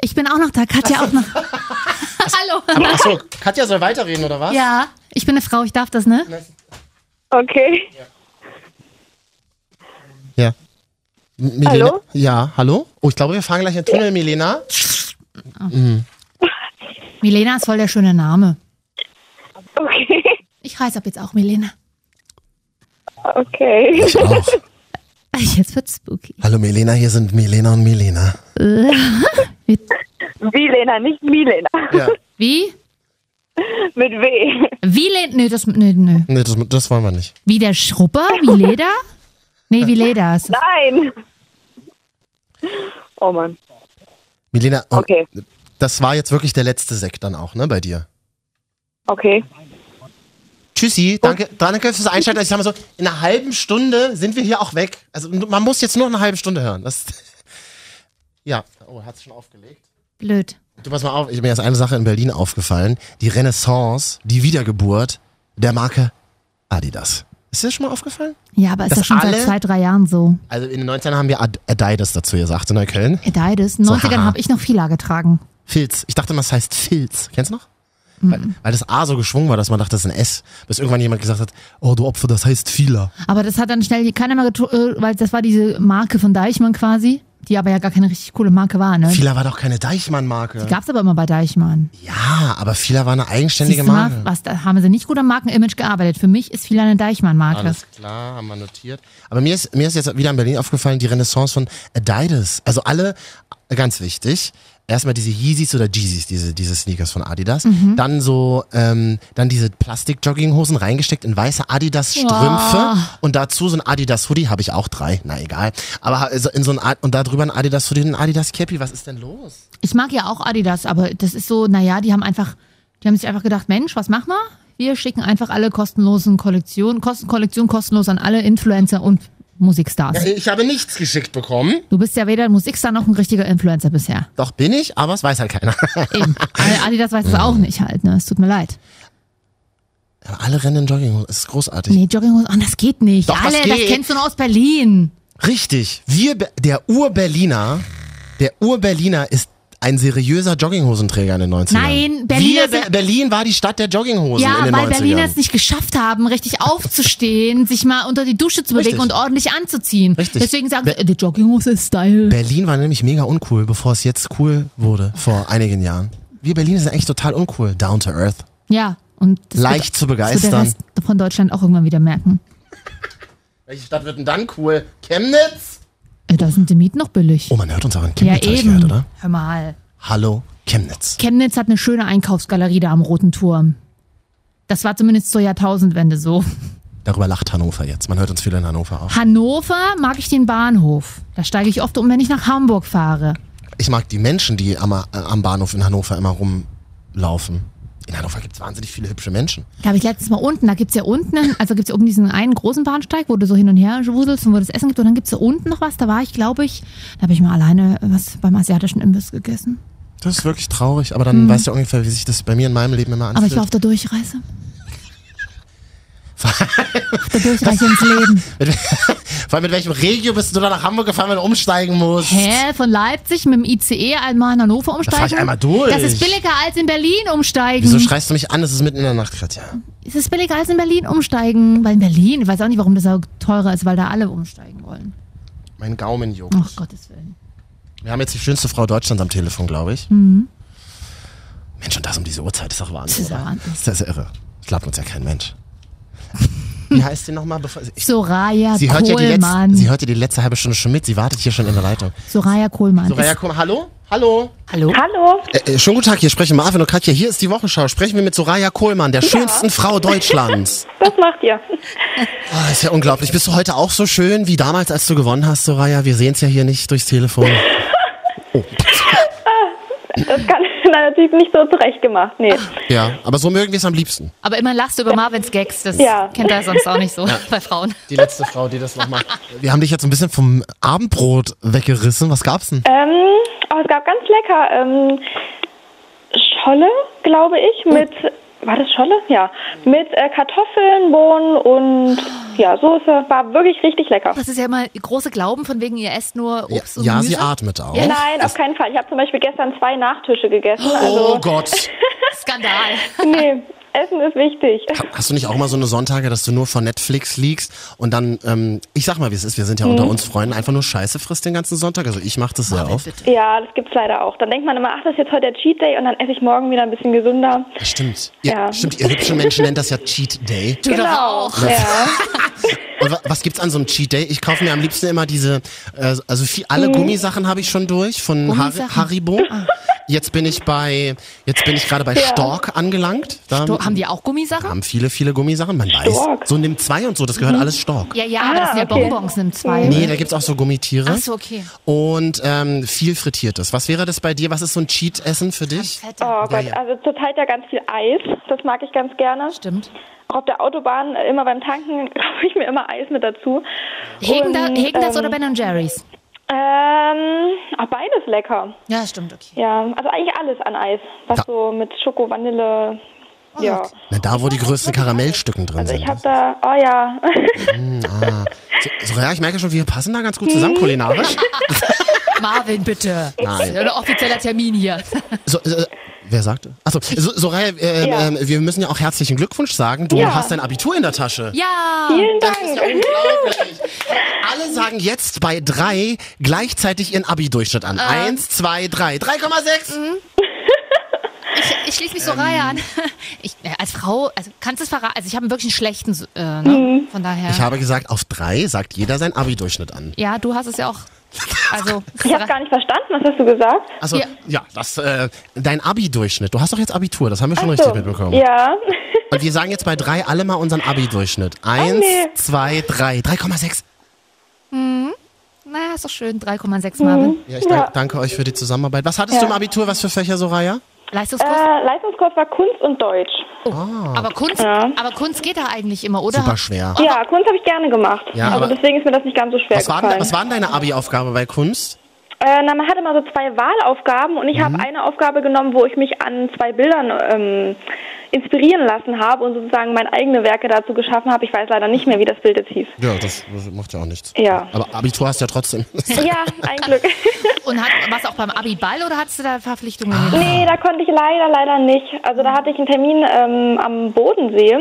Speaker 3: Ich bin auch noch da, Katja
Speaker 2: (laughs)
Speaker 3: auch noch. (laughs) Hallo.
Speaker 2: Aber achso, Katja soll weiterreden, oder was?
Speaker 3: Ja, ich bin eine Frau, ich darf das, ne?
Speaker 6: Okay.
Speaker 2: Ja. M- Milena?
Speaker 6: Hallo?
Speaker 2: Ja, hallo? Oh, ich glaube, wir fahren gleich in den Tunnel, Milena.
Speaker 3: Milena ist voll der schöne Name.
Speaker 6: Okay.
Speaker 3: Ich heiße ab jetzt auch Milena. (laughs)
Speaker 6: Okay.
Speaker 2: Ich auch.
Speaker 3: Jetzt wird's spooky.
Speaker 2: Hallo Milena, hier sind Milena und Milena.
Speaker 6: Milena, nicht Milena.
Speaker 2: Ja.
Speaker 3: Wie?
Speaker 6: Mit W.
Speaker 3: Wie Lena? Nö, das, nö, nö.
Speaker 2: Nee, das, das wollen wir nicht.
Speaker 3: Wie der Schrupper? Wie Leder? Nee, wie Leder ist das.
Speaker 6: Nein. Oh Mann.
Speaker 2: Milena, und
Speaker 6: Okay.
Speaker 2: das war jetzt wirklich der letzte Sekt dann auch, ne, bei dir?
Speaker 6: Okay.
Speaker 2: Tschüssi, danke, danke fürs Einschalten. Also Ich sag mal so, in einer halben Stunde sind wir hier auch weg. Also man muss jetzt nur eine halbe Stunde hören. Das, (laughs) ja, oh, hat schon aufgelegt.
Speaker 3: Blöd.
Speaker 2: Du pass mal auf, ich mir ist eine Sache in Berlin aufgefallen. Die Renaissance, die Wiedergeburt der Marke Adidas. Ist dir das schon mal aufgefallen?
Speaker 3: Ja, aber ist
Speaker 2: Dass
Speaker 3: das schon
Speaker 2: alle-
Speaker 3: seit zwei, drei Jahren so.
Speaker 2: Also in den 90ern haben wir Ad Adidas dazu gesagt in Neukölln.
Speaker 3: Edeides. In den
Speaker 2: So,
Speaker 3: 90ern
Speaker 2: haha.
Speaker 3: habe ich noch Fila getragen.
Speaker 2: Filz. Ich dachte immer, es heißt Filz. Kennst du noch? Weil, weil das A so geschwungen war, dass man dachte, das ist ein S. Bis irgendwann jemand gesagt hat, oh du Opfer, das heißt Fila.
Speaker 3: Aber das hat dann schnell keiner mehr getragen, weil das war diese Marke von Deichmann quasi, die aber ja gar keine richtig coole Marke war, ne?
Speaker 2: Fila war doch keine Deichmann-Marke.
Speaker 3: Die gab's aber immer bei Deichmann.
Speaker 2: Ja, aber Fila war eine eigenständige
Speaker 3: Siehst du mal,
Speaker 2: Marke.
Speaker 3: was, da haben sie nicht gut am Markenimage gearbeitet. Für mich ist Fila eine Deichmann-Marke.
Speaker 2: Alles klar, haben wir notiert. Aber mir ist, mir ist jetzt wieder in Berlin aufgefallen, die Renaissance von Adidas. Also alle, ganz wichtig, erstmal diese Yeezys oder Jeezys, diese, diese Sneakers von Adidas.
Speaker 3: Mhm.
Speaker 2: Dann so, ähm, dann diese Plastik-Jogginghosen reingesteckt in weiße Adidas-Strümpfe. Und dazu so ein Adidas-Hoodie, habe ich auch drei, na egal. Aber also in so ein, Ad- und darüber ein Adidas-Hoodie und ein Adidas-Cappy, was ist denn los?
Speaker 3: Ich mag ja auch Adidas, aber das ist so, naja, die haben einfach, die haben sich einfach gedacht, Mensch, was machen wir? Wir schicken einfach alle kostenlosen Kollektionen, Kostenkollektion kostenlos an alle Influencer und Musikstars.
Speaker 2: Ich habe nichts geschickt bekommen.
Speaker 3: Du bist ja weder ein Musikstar noch ein richtiger Influencer bisher.
Speaker 2: Doch bin ich, aber es weiß halt keiner. (laughs)
Speaker 3: Eben. Al- Adidas weiß es auch nicht halt, ne? Es tut mir leid.
Speaker 2: Alle rennen in Jogginghosen. Das ist großartig.
Speaker 3: Nee, Jogginghose, oh, das geht nicht.
Speaker 2: Doch, das
Speaker 3: Alle, das
Speaker 2: geht.
Speaker 3: kennst du nur aus Berlin.
Speaker 2: Richtig. Wir, Be- der Ur-Berliner, der Ur-Berliner ist ein seriöser Jogginghosenträger in den 90ern.
Speaker 3: Nein, Berliner
Speaker 2: Wir, Be
Speaker 3: sind-
Speaker 2: Berlin war die Stadt der Jogginghosen in
Speaker 3: Ja,
Speaker 2: den
Speaker 3: weil
Speaker 2: 90ern.
Speaker 3: Berliner es nicht geschafft haben, richtig aufzustehen, sich mal unter die Dusche zu bewegen
Speaker 2: Richtig.
Speaker 3: und ordentlich anzuziehen.
Speaker 2: Richtig.
Speaker 3: Deswegen sagen sie, äh, die Jogginghose ist Style.
Speaker 2: Berlin war nämlich mega uncool, bevor es jetzt cool wurde, vor einigen Jahren. Wir Berliner sind echt total uncool. Down to earth.
Speaker 3: ja, und das
Speaker 2: Leicht zu
Speaker 3: das wird der
Speaker 2: begeistern.
Speaker 3: Rest von Deutschland auch irgendwann wieder merken.
Speaker 2: Welche Stadt wird denn dann cool? Chemnitz?
Speaker 3: Äh, Da sind die Mieten noch billig.
Speaker 2: Oh, man hört uns auch in
Speaker 3: ja,
Speaker 2: Chemnitz, hab ich
Speaker 3: eben.
Speaker 2: gehört, oder?
Speaker 3: Hör mal.
Speaker 2: Hallo, Chemnitz.
Speaker 3: Chemnitz hat eine schöne Einkaufsgalerie da am Roten Turm. Das war zumindest zur Jahrtausendwende so.
Speaker 2: Darüber lacht Hannover jetzt. Man hört uns viel in Hannover auch.
Speaker 3: Hannover mag ich den Bahnhof. Da steige ich oft um, wenn ich nach Hamburg fahre.
Speaker 2: Ich mag die Menschen, die am, äh, am Bahnhof in Hannover immer rumlaufen. In Hannover gibt es wahnsinnig viele hübsche Menschen.
Speaker 3: Da habe ich letztens mal unten, da gibt's ja unten, also gibt's ja oben diesen einen großen Bahnsteig, wo du so hin und her wuselst und wo das Essen gibt. Und dann gibt's da unten noch was, da war ich, glaube ich, da habe ich mal alleine was beim asiatischen Imbiss gegessen.
Speaker 2: Das ist wirklich traurig, aber dann weißt du ungefähr, wie sich das bei mir in meinem Leben immer
Speaker 3: Hm. Aber ich
Speaker 2: anfühlt.
Speaker 3: war auf der Durchreise. auf der Durchreise ins Leben.
Speaker 2: (laughs) Vor allem mit welchem Regio bist du da nach Hamburg gefahren, wenn du umsteigen musst?
Speaker 3: Hä, von Leipzig mit dem ICE einmal in Hannover umsteigen?
Speaker 2: fahr ich einmal durch.
Speaker 3: Das ist billiger als in Berlin umsteigen.
Speaker 2: Wieso schreist du mich an? Es ist mitten in der Nacht gerade, ja.
Speaker 3: Es ist billiger als in Berlin umsteigen. Weil in Berlin, ich weiß auch nicht, warum das so teurer ist, weil da alle umsteigen wollen.
Speaker 2: Mein Gaumen juckt.
Speaker 3: Ach Gottes Willen.
Speaker 2: Wir haben jetzt die schönste Frau Deutschlands am Telefon, glaube ich. Mensch, und das um diese Uhrzeit ist doch Wahnsinn.
Speaker 3: Hm. Das ist ja
Speaker 2: oder?
Speaker 3: Wahnsinn.
Speaker 2: Ist das irre? Das glaubt uns ja kein Mensch. Wie heißt sie nochmal? bevor- Ich,
Speaker 3: Soraya
Speaker 2: sie, hört ja die
Speaker 3: Kohlmann.
Speaker 2: letzte, sie hört ja die letzte halbe Stunde schon mit. Sie wartet hier schon in der Leitung.
Speaker 3: Soraya Kohlmann.
Speaker 2: Soraya,
Speaker 3: ist,
Speaker 2: komm, hallo? Hallo?
Speaker 3: hallo?
Speaker 6: Hallo.
Speaker 2: Äh, äh, schönen guten Tag, hier sprechen Marvin und Katja. Hier ist die Wochenschau. Sprechen wir mit Soraya Kohlmann, der schönsten Frau Deutschlands.
Speaker 6: Was macht ihr?
Speaker 2: Ah, ist ja unglaublich. Bist du heute auch so schön wie damals, als du gewonnen hast, Soraya? Wir sehen es ja hier nicht durchs Telefon.
Speaker 6: Das kann (laughs) na, natürlich nicht so zurecht gemacht. Nee.
Speaker 2: Ja, aber so mögen wir es am liebsten.
Speaker 3: Aber immer lachst du über Marvins Gags. Das
Speaker 6: Ja.
Speaker 3: kennt er sonst auch nicht
Speaker 2: (laughs)
Speaker 3: so (laughs) bei Frauen.
Speaker 2: Die letzte Frau, die das noch macht. Wir haben dich jetzt so ein bisschen vom Abendbrot weggerissen. Was gab's denn?
Speaker 6: Ähm, aber es gab ganz lecker ähm, Scholle, glaube ich, mit. War das Scholle? Ja. Mit äh, Kartoffeln, Bohnen und ja, Soße. War wirklich richtig lecker.
Speaker 3: Das ist ja immer große Glauben, von wegen, ihr esst nur
Speaker 2: Ja,
Speaker 3: Obst und
Speaker 2: ja,
Speaker 3: Gemüse.
Speaker 2: sie atmet auch.
Speaker 6: Nein, auf keinen Fall. Ich habe zum Beispiel gestern zwei Nachtische gegessen.
Speaker 2: Oh
Speaker 6: Also,
Speaker 2: Gott.
Speaker 3: Skandal.
Speaker 2: Oh.
Speaker 6: (laughs) nee, Essen ist wichtig.
Speaker 2: Hast du nicht auch mal so eine Sonntage, dass du nur vor Netflix liegst und dann, ähm, ich sag mal, wie es ist, wir sind ja unter uns Freunden, einfach nur Scheiße frisst den ganzen Sonntag. Also ich mach das sehr oft.
Speaker 6: Ja, das gibt's leider auch. Dann denkt man immer, ach, das ist jetzt heute der Cheat Day und dann esse ich morgen wieder ein bisschen gesünder.
Speaker 2: Ja, stimmt. Ihr,
Speaker 6: Ja.
Speaker 2: Stimmt, ihr hübschen Menschen nennt das ja Cheat Day.
Speaker 6: Genau.
Speaker 3: Du doch auch.
Speaker 6: Ja.
Speaker 2: Und wa- was gibt's an so einem Cheat Day? Ich kaufe mir am liebsten immer diese, äh, also viel, alle Gummisachen habe ich schon durch von Har
Speaker 3: Mhm. Gummisachen? Ah.
Speaker 2: Haribo. Jetzt bin ich bei, jetzt bin ich gerade bei Stork angelangt. Da
Speaker 3: Du, haben die auch Gummisachen?
Speaker 2: haben viele, viele Gummisachen. Man
Speaker 6: Stork?
Speaker 2: weiß, so nimmt zwei und so, das gehört alles Stork.
Speaker 3: Ja, ja, aber das sind Mhm. ja
Speaker 6: Ah, okay.
Speaker 3: Bonbons, nimm zwei.
Speaker 2: Nee, da gibt's auch so Gummitiere.
Speaker 3: Ach so, okay.
Speaker 2: Und ähm, viel Frittiertes. Was wäre das bei dir? Was ist so ein Cheat-Essen für dich?
Speaker 3: Fette.
Speaker 6: Oh
Speaker 2: (laughs)
Speaker 6: Gott,
Speaker 2: Ja, ja.
Speaker 6: also zurzeit ja ganz viel Eis. Das mag ich ganz gerne.
Speaker 3: Stimmt.
Speaker 6: Auch auf der Autobahn, äh, immer beim Tanken, (laughs) kaufe ich mir immer Eis mit dazu.
Speaker 3: Hegen,
Speaker 6: Und,
Speaker 3: da, Hegen das
Speaker 6: ähm,
Speaker 3: oder Ben Jerry's?
Speaker 6: Ähm, auch beides lecker.
Speaker 3: Ja, stimmt, okay.
Speaker 6: Ja, also eigentlich alles an Eis. Was
Speaker 2: Ja. Oh,
Speaker 6: so mit Schoko, Vanille. Ja.
Speaker 2: Na, da, wo die größten Karamellstücken drin
Speaker 6: Also
Speaker 2: sind.
Speaker 6: ich habe da, oh ja. (laughs)
Speaker 2: So, so, ja, ich merke schon, wir passen da ganz gut
Speaker 3: Mhm.
Speaker 2: zusammen
Speaker 3: (laughs)
Speaker 2: kulinarisch.
Speaker 3: Marvin, bitte. Das ist
Speaker 2: Nein.
Speaker 3: ja ein offizieller Termin
Speaker 6: (laughs)
Speaker 3: hier.
Speaker 2: So, so, wer sagte? Achso, so, Soraya, äh,
Speaker 6: Ja.
Speaker 2: ähm, wir müssen ja auch herzlichen Glückwunsch sagen. Du
Speaker 6: Ja.
Speaker 2: hast dein Abitur in der Tasche.
Speaker 3: Ja.
Speaker 6: Vielen
Speaker 2: Das ist ja
Speaker 6: Dank.
Speaker 2: unglaublich. Alle sagen jetzt bei drei gleichzeitig ihren Abi-Durchschnitt
Speaker 6: Äh.
Speaker 2: an. Eins, zwei, drei. 3,6!
Speaker 6: Mhm.
Speaker 3: Ich, ich schließe mich
Speaker 2: Ähm.
Speaker 3: Soraya an. (laughs) Ich, äh, als Frau, also kannst du es verraten? Also ich habe wirklich einen schlechten, äh, ne?
Speaker 6: Mhm.
Speaker 3: von daher.
Speaker 2: Ich habe gesagt, auf drei sagt jeder seinen Abi-Durchschnitt an.
Speaker 3: ja, du hast es ja auch. Also,
Speaker 6: (laughs) Ich habe gar nicht verstanden, was hast du gesagt?
Speaker 2: Also,
Speaker 3: Ja.
Speaker 2: ja, das, äh, dein Abi-Durchschnitt. Du hast doch jetzt Abitur, das haben wir schon
Speaker 6: Ach so.
Speaker 2: richtig mitbekommen.
Speaker 6: (laughs) Ja.
Speaker 2: Und wir sagen jetzt bei drei alle mal unseren Abi-Durchschnitt. Eins,
Speaker 6: nee.
Speaker 2: zwei, drei. 3,6.
Speaker 3: naja, ist doch schön. 3,6
Speaker 6: Mhm.
Speaker 3: Marvin.
Speaker 2: Ja, ich dank- danke euch für die Zusammenarbeit. Was hattest du im Abitur? Was für Fächer, Soraya?
Speaker 3: Leistungskurs?
Speaker 6: Äh, Leistungskurs war Kunst und Deutsch.
Speaker 3: Oh, Aber Kunst,
Speaker 6: Ja.
Speaker 3: aber Kunst geht da eigentlich immer, oder?
Speaker 2: Super schwer.
Speaker 6: Ja, Kunst habe ich gerne gemacht.
Speaker 2: Ja,
Speaker 6: also
Speaker 2: aber-
Speaker 6: deswegen ist mir das nicht ganz so schwer
Speaker 2: Was war, denn,
Speaker 6: gefallen.
Speaker 2: was war denn deine Abi-Aufgabe bei Kunst?
Speaker 6: Äh, na, man hatte immer so zwei Wahlaufgaben und ich
Speaker 2: Mhm.
Speaker 6: habe eine Aufgabe genommen, wo ich mich an zwei Bildern ähm, inspirieren lassen habe und sozusagen meine eigene Werke dazu geschaffen habe. Ich weiß leider nicht mehr, wie das Bild jetzt hieß.
Speaker 2: Ja, das macht ja auch nichts.
Speaker 6: Ja.
Speaker 2: Aber Abitur hast du ja trotzdem.
Speaker 6: Ja, ein Glück. (laughs)
Speaker 3: Und hat, warst du auch beim Abi-Ball oder hattest du da Verpflichtungen?
Speaker 6: nee, da konnte ich leider, leider nicht. Also da hatte ich einen Termin ähm, am Bodensee.